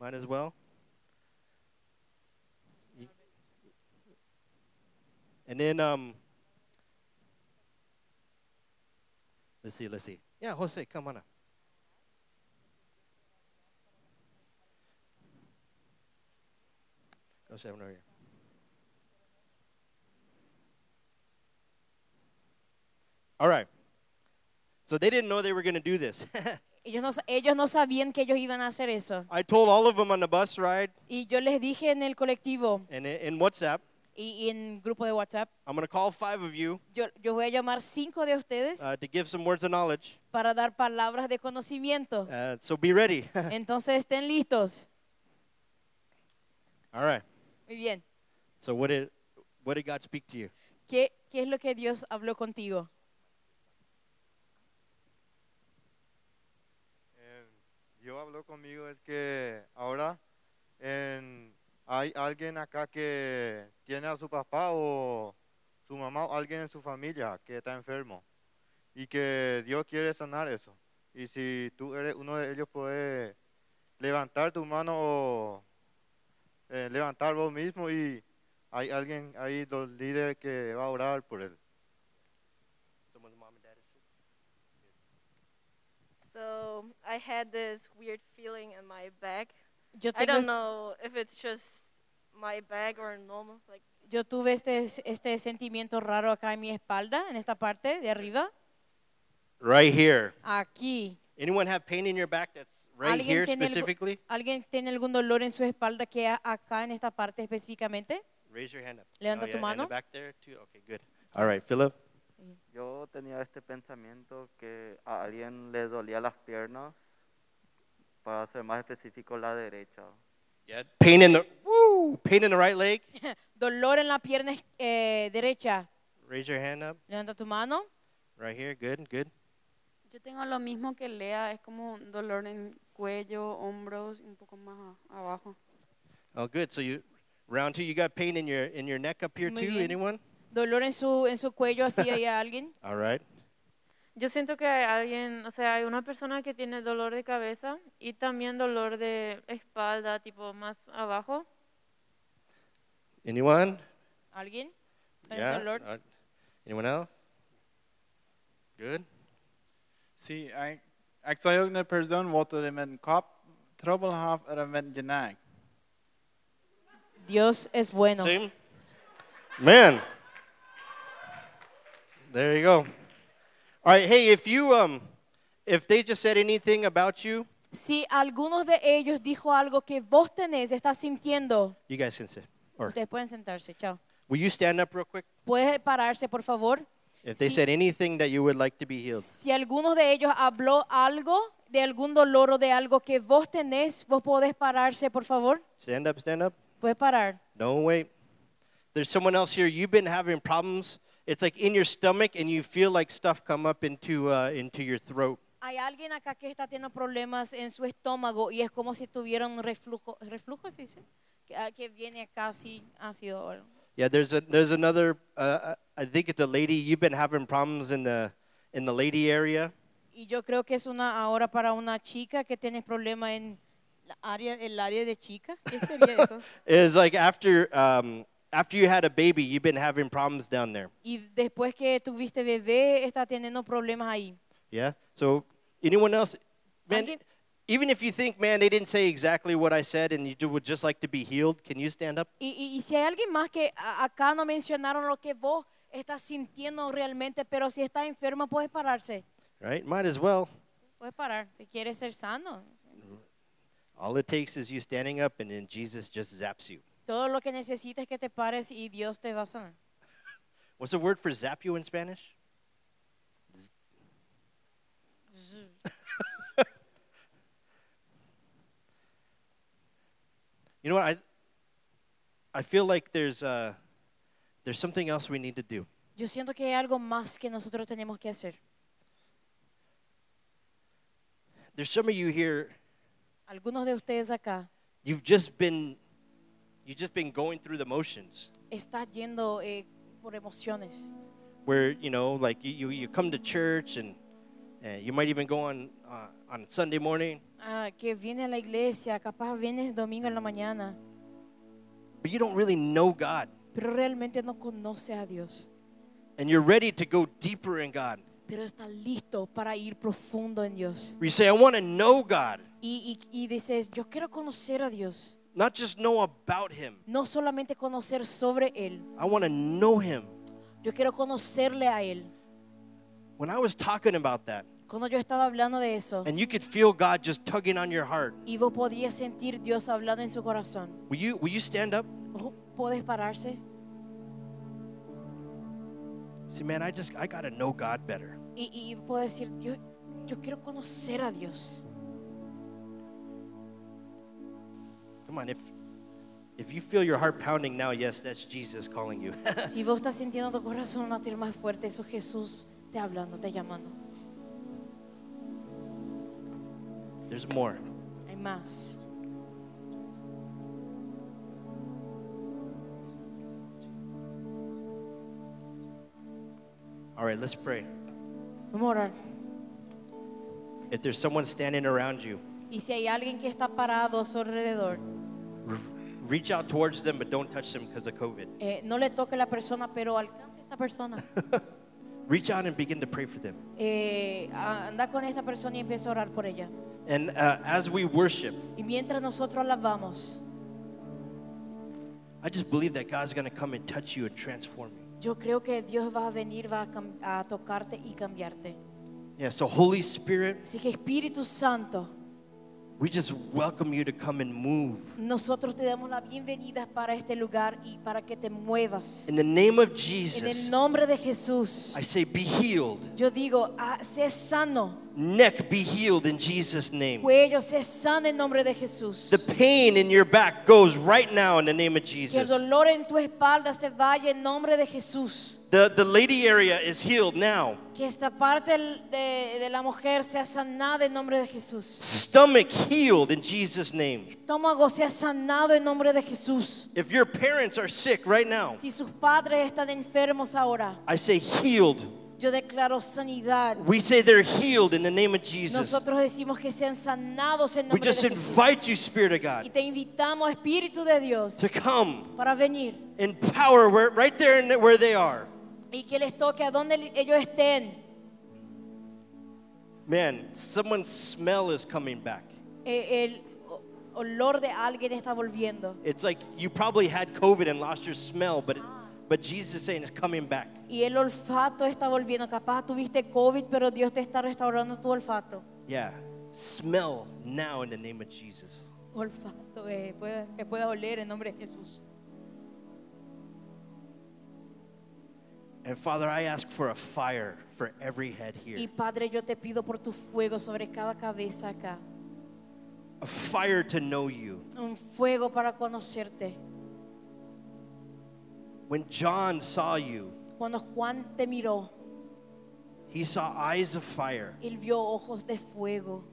Speaker 1: might as well. Y- And then um. Let's see. Let's see. Yeah, Jose, come on up. Go seven over here. All right. So they didn't know they were going to do this.
Speaker 2: ellos no, sa- ellos no sabían que ellos iban a hacer eso.
Speaker 1: I told all of them on the bus ride
Speaker 2: Y yo les dije en el colectivo
Speaker 1: and i- in WhatsApp,
Speaker 2: y, y en grupo de WhatsApp,
Speaker 1: I'm going to call five of you
Speaker 2: yo, yo voy a llamar cinco de ustedes
Speaker 1: uh, to give some words of knowledge.
Speaker 2: para dar palabras de conocimiento.
Speaker 1: Uh, so be ready.
Speaker 2: Entonces estén listos.
Speaker 1: all right.
Speaker 2: Muy bien.
Speaker 1: So what did what did God speak to you?
Speaker 2: ¿Qué, qué es lo que Dios habló contigo?
Speaker 3: Eh, Dios habló conmigo es que ahora en- hay alguien acá que tiene a su papá o su mamá o alguien en su familia que está enfermo y que Dios quiere sanar eso. Y si tú eres uno de ellos, puedes levantar tu mano o eh, levantar vos mismo y hay alguien ahí, los líderes que va a orar por él.
Speaker 1: Someone's mom and dad is sick.
Speaker 4: So I had this weird feeling in my back.
Speaker 2: Yo
Speaker 4: I
Speaker 2: tengo,
Speaker 4: don't
Speaker 2: es-
Speaker 4: know if it's just my back or normal. Like
Speaker 2: yo tuve este, este sentimiento raro acá en mi espalda, en esta parte de arriba,
Speaker 1: Right here.
Speaker 2: aquí.
Speaker 1: Anyone have pain in your back that's right
Speaker 2: ¿Alguien
Speaker 1: here
Speaker 2: tiene algo-
Speaker 1: specifically?
Speaker 2: ¿Alguien tiene algún dolor en su espalda que a- acá en esta parte específicamente?
Speaker 1: Raise your hand up.
Speaker 2: Levanta
Speaker 1: oh,
Speaker 2: tu
Speaker 1: yeah, And
Speaker 2: mano.
Speaker 1: the back there too. Okay, good. All right, Philip.
Speaker 5: Yo tenía este pensamiento que a alguien le dolía las piernas, para ser más específico la derecha.
Speaker 1: Yeah. Pain in the woo, pain in the right leg.
Speaker 2: Dolor en la pierna eh, derecha.
Speaker 1: Raise your hand up.
Speaker 2: Levanta tu mano.
Speaker 1: Right here. Good, good.
Speaker 6: Yo tengo lo mismo que Lea, es como un dolor en cuello, hombros, y un poco más a- abajo.
Speaker 1: Oh, good. So you round two, you got pain in your in your neck up here
Speaker 2: Muy
Speaker 1: too.
Speaker 2: bien.
Speaker 1: Anyone?
Speaker 2: Dolor en su, en su cuello, así hay alguien.
Speaker 1: All right.
Speaker 6: Yo siento que hay alguien, o sea, hay una persona que tiene dolor de cabeza y también dolor de espalda, tipo más abajo.
Speaker 1: Anyone?
Speaker 2: ¿Alguien? Con el
Speaker 1: Yeah.
Speaker 2: dolor.
Speaker 1: Uh, anyone else? Good.
Speaker 7: Sí, ac- actually hay una persona que tiene cop, trouble half era genack.
Speaker 2: Dios es bueno.
Speaker 1: Same. Man. There you go. All right. Hey, if you um, if they just said anything about you,
Speaker 2: Si alguno de ellos dijo algo que vos tenés, estás sintiendo,
Speaker 1: you guys can sit. Or
Speaker 2: ustedes pueden sentarse, chao.
Speaker 1: will you stand up real quick?
Speaker 2: Puede pararse, por favor.
Speaker 1: If they
Speaker 2: Sí.
Speaker 1: said anything that you would like to be healed.
Speaker 2: Si alguno de ellos habló algo de algún dolor o de algo que vos tenés, vos podés pararse, por favor.
Speaker 1: Stand up, stand up.
Speaker 2: Puedes parar.
Speaker 1: Don't wait. There's someone else here. You've been having problems. It's like in your stomach, and you feel like stuff come up into uh, into your throat.
Speaker 2: Hay alguien acá que está teniendo problemas en su estómago y es como si tuviera un reflujo. ¿Reflujo se dice? Que, ah, que viene acá así, ácido. o algo.
Speaker 1: Yeah, there's a there's another. Uh, I think it's a lady. You've been having problems in the in the lady area.
Speaker 2: Y yo creo que es una ahora para una chica que tiene problema en
Speaker 8: la área, el área de chica? ¿Qué sería eso?
Speaker 1: Is like after um, after you had a baby, you've been having problems down there.
Speaker 2: Y después que tuviste bebé, está teniendo problemas ahí.
Speaker 1: Yeah. So anyone else, man,
Speaker 2: Alguien-
Speaker 1: even if you think, man, they didn't say exactly what I said, and you do- would just like to be healed, can you stand up?
Speaker 2: Y, y- y si hay alguien más que a- acá no mencionaron lo que vos estás sintiendo realmente, pero si estás enfermo, puedes pararse.
Speaker 1: Right? Might as well.
Speaker 8: Puedes parar, si quieres ser sano.
Speaker 1: All it takes is you standing up, and then Jesus just zaps you.
Speaker 2: Todo lo que necesites que te pares y Dios te va a sanar.
Speaker 1: What's the word for zap you in Spanish? you know what? I I feel like there's uh, there's something else we need to do.
Speaker 2: Yo siento que hay algo más que nosotros tenemos que hacer.
Speaker 1: There's some of you here.
Speaker 2: Algunos de ustedes acá
Speaker 1: You've just been you've just been going through the motions
Speaker 2: están yendo eh, por emociones.
Speaker 1: where you know like you you, you come to church and uh, you might even go on uh, on Sunday morning,
Speaker 2: Ah, que viene a la iglesia, capaz vienes domingo en la mañana,
Speaker 1: but you don't really know God,
Speaker 2: pero realmente no conoces a Dios.
Speaker 1: and you're ready to go deeper in God.
Speaker 2: Pero estás listo para ir profundo en Dios.
Speaker 1: Where you say, I want to know God,
Speaker 2: Y, y- y dices, yo quiero conocer a Dios.
Speaker 1: not just know about Him.
Speaker 2: No solamente conocer sobre Él,
Speaker 1: I want to know Him.
Speaker 2: yo quiero conocerle a Él.
Speaker 1: When I was talking about that,
Speaker 2: Cuando yo estaba hablando de eso,
Speaker 1: and you could feel God just tugging on your heart,
Speaker 2: y vos podías sentir Dios hablando en su corazón,
Speaker 1: will you will you stand up?
Speaker 2: ¿vos podés pararse?
Speaker 1: Say, man, I just I gotta know God better.
Speaker 2: Y, y puedo decir, yo, yo quiero conocer a Dios.
Speaker 1: Come on, if if you feel your heart pounding now, yes, that's Jesus calling you.
Speaker 2: Si vos estás sintiendo tu corazón latir más fuerte, eso es Jesús te hablando, te llamando.
Speaker 1: There's more.
Speaker 2: Hay más.
Speaker 1: All right, let's pray.
Speaker 2: Vamos a orar.
Speaker 1: If there's someone standing around you,
Speaker 2: Y si hay alguien que está parado a su alrededor,
Speaker 1: re- reach out towards them, but don't touch them because of COVID.
Speaker 2: eh, no le toque a la persona, pero alcance a esta persona.
Speaker 1: Reach out and begin to pray for them.
Speaker 2: Eh, a- anda con esta persona y empieza a orar por ella.
Speaker 1: And uh, as we worship,
Speaker 2: Y mientras nosotros alabamos,
Speaker 1: I just believe that God's gonna come and touch you and transform you.
Speaker 2: yo creo que Dios va a venir, va a, cam- a tocarte y cambiarte.
Speaker 1: Yeah, so Holy Spirit,
Speaker 2: Así que Espíritu Santo,
Speaker 1: we just welcome you to come and move.
Speaker 2: nosotros te damos la bienvenida para este lugar y para que te muevas.
Speaker 1: In the name of
Speaker 2: En el
Speaker 1: Jesus,
Speaker 2: nombre de Jesús,
Speaker 1: I say be healed.
Speaker 2: yo digo, ah, sé sano,
Speaker 1: Neck be healed in Jesus' name.
Speaker 2: cuello, sé sano en nombre de Jesús.
Speaker 1: The pain in your back goes right now in the name of
Speaker 2: Que el
Speaker 1: Jesus.
Speaker 2: dolor en tu espalda se vaya en nombre de Jesús.
Speaker 1: The, the lady area is healed now.
Speaker 2: Que esta parte del- de, de la mujer sea sanada en nombre de Jesús.
Speaker 1: Stomach healed in Jesus' name.
Speaker 2: Estómago sea sanado en nombre de Jesús.
Speaker 1: If your parents are sick right now,
Speaker 2: Si sus padres están enfermos ahora,
Speaker 1: I say healed.
Speaker 2: yo declaro sanidad.
Speaker 1: We say they're healed in the name of Jesus.
Speaker 2: Nosotros decimos que sean sanados en
Speaker 1: We
Speaker 2: nombre
Speaker 1: just
Speaker 2: de Jesús.
Speaker 1: invite you, Spirit of
Speaker 2: Y
Speaker 1: God,
Speaker 2: te invitamos, Espíritu de Dios,
Speaker 1: to come
Speaker 2: para venir
Speaker 1: in power where, right there in, where they are.
Speaker 2: y que les toque a donde ellos estén.
Speaker 1: Man, someone's smell is coming back.
Speaker 2: Eh, El o- olor de alguien está volviendo.
Speaker 1: It's like you probably had COVID and lost your smell, but it, but Jesus is saying it's coming back.
Speaker 2: Y el olfato está volviendo. Capaz tuviste COVID, pero Dios te está restaurando tu olfato.
Speaker 1: Yeah, smell now in the name of Jesus.
Speaker 8: Olfato, eh, pueda- que pueda oler en nombre de Jesús.
Speaker 1: And Father, I ask for a fire for every head
Speaker 2: Y
Speaker 1: here,
Speaker 2: Padre, yo te pido por tu fuego sobre cada cabeza acá.
Speaker 1: a fire to know you.
Speaker 2: Un fuego para conocerte.
Speaker 1: When John saw you,
Speaker 2: Cuando Juan te miró,
Speaker 1: he saw eyes of fire.
Speaker 2: él vio ojos de fuego.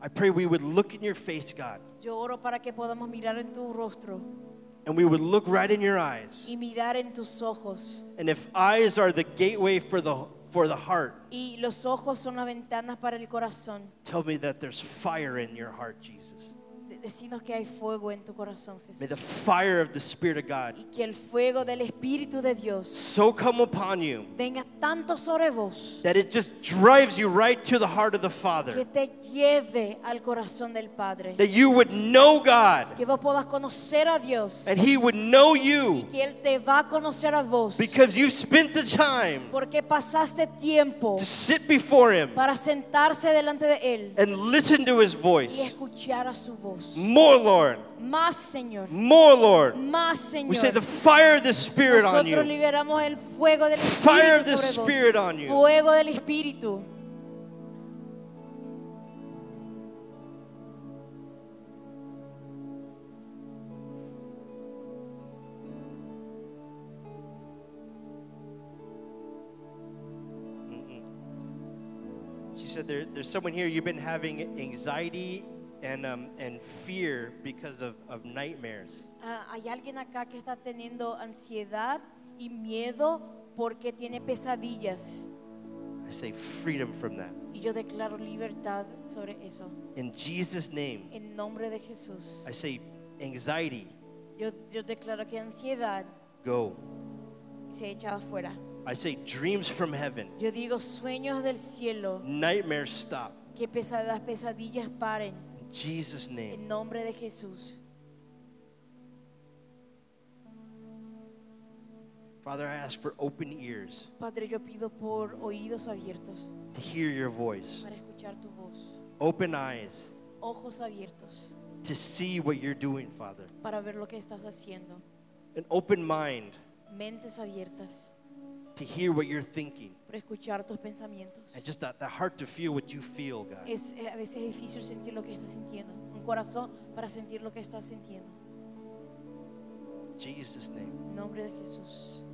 Speaker 1: I pray we would look in your face, God,
Speaker 2: Yo oro para que podamos mirar en tu rostro
Speaker 1: and we would look right in your eyes.
Speaker 2: y mirar en tus ojos.
Speaker 1: And if eyes are the gateway for the for the heart,
Speaker 2: Y los ojos son las ventanas para el corazón.
Speaker 1: tell me that there's fire in your heart, Jesus.
Speaker 2: De- Decinos que hay fuego en tu corazón,
Speaker 1: May the
Speaker 2: Jesús.
Speaker 1: fire of the Spirit of God
Speaker 2: Y que el fuego del Espíritu de Dios
Speaker 1: so come upon you
Speaker 2: venga tanto sobre vos
Speaker 1: that it just drives you right to the heart of the
Speaker 2: que
Speaker 1: Father.
Speaker 2: te lleve al corazón del Padre.
Speaker 1: That you would know God
Speaker 2: Que vos puedas conocer a Dios.
Speaker 1: and He would know you
Speaker 2: Que Él te va a conocer a vos.
Speaker 1: because you spent the time
Speaker 2: Porque pasaste tiempo
Speaker 1: to sit before Him
Speaker 2: para sentarse delante de Él
Speaker 1: and listen to His
Speaker 2: y
Speaker 1: voice.
Speaker 2: escuchar a su voz.
Speaker 1: More, Lord.
Speaker 2: Más, Señor.
Speaker 1: More, Lord.
Speaker 2: Más,
Speaker 1: Mm. We say the
Speaker 2: Señor.
Speaker 1: fire of the Spirit on
Speaker 2: Nosotros
Speaker 1: you.
Speaker 2: liberamos el fuego del
Speaker 1: Fire of the
Speaker 2: Espíritu sobre vos.
Speaker 1: Spirit on you.
Speaker 2: Fuego del Espíritu.
Speaker 1: She said, there, There's someone here, you've been having anxiety and, um, and fear because of, of nightmares.
Speaker 2: Ah, hay alguien acá que está teniendo ansiedad y miedo porque tiene pesadillas.
Speaker 1: I say freedom from that.
Speaker 2: Y yo declaro libertad sobre eso.
Speaker 1: In Jesus' name,
Speaker 2: En nombre de Jesús.
Speaker 1: I say anxiety,
Speaker 2: Yo, yo declaro que ansiedad
Speaker 1: go.
Speaker 2: se echa afuera.
Speaker 1: I say dreams from heaven,
Speaker 2: Yo digo sueños del cielo.
Speaker 1: nightmares stop.
Speaker 2: Que pesa- las pesadillas paren.
Speaker 1: In Jesus'
Speaker 2: En
Speaker 1: name.
Speaker 2: nombre de Jesús.
Speaker 1: Father, I ask for open ears
Speaker 2: Padre, yo pido por oídos abiertos
Speaker 1: to hear your voice,
Speaker 2: para escuchar tu voz.
Speaker 1: open eyes
Speaker 2: Ojos abiertos
Speaker 1: to see what you're doing, Father,
Speaker 2: para ver lo que estás haciendo.
Speaker 1: an open mind
Speaker 2: Mentes abiertas
Speaker 1: to hear what you're thinking,
Speaker 2: para escuchar tus pensamientos.
Speaker 1: and just that, that heart to feel what you feel, God.
Speaker 2: Es, eh, a veces es difícil sentir lo que estás sintiendo. Un corazón para sentir lo que estás sintiendo.
Speaker 1: In Jesus' name.
Speaker 2: En nombre de Jesús.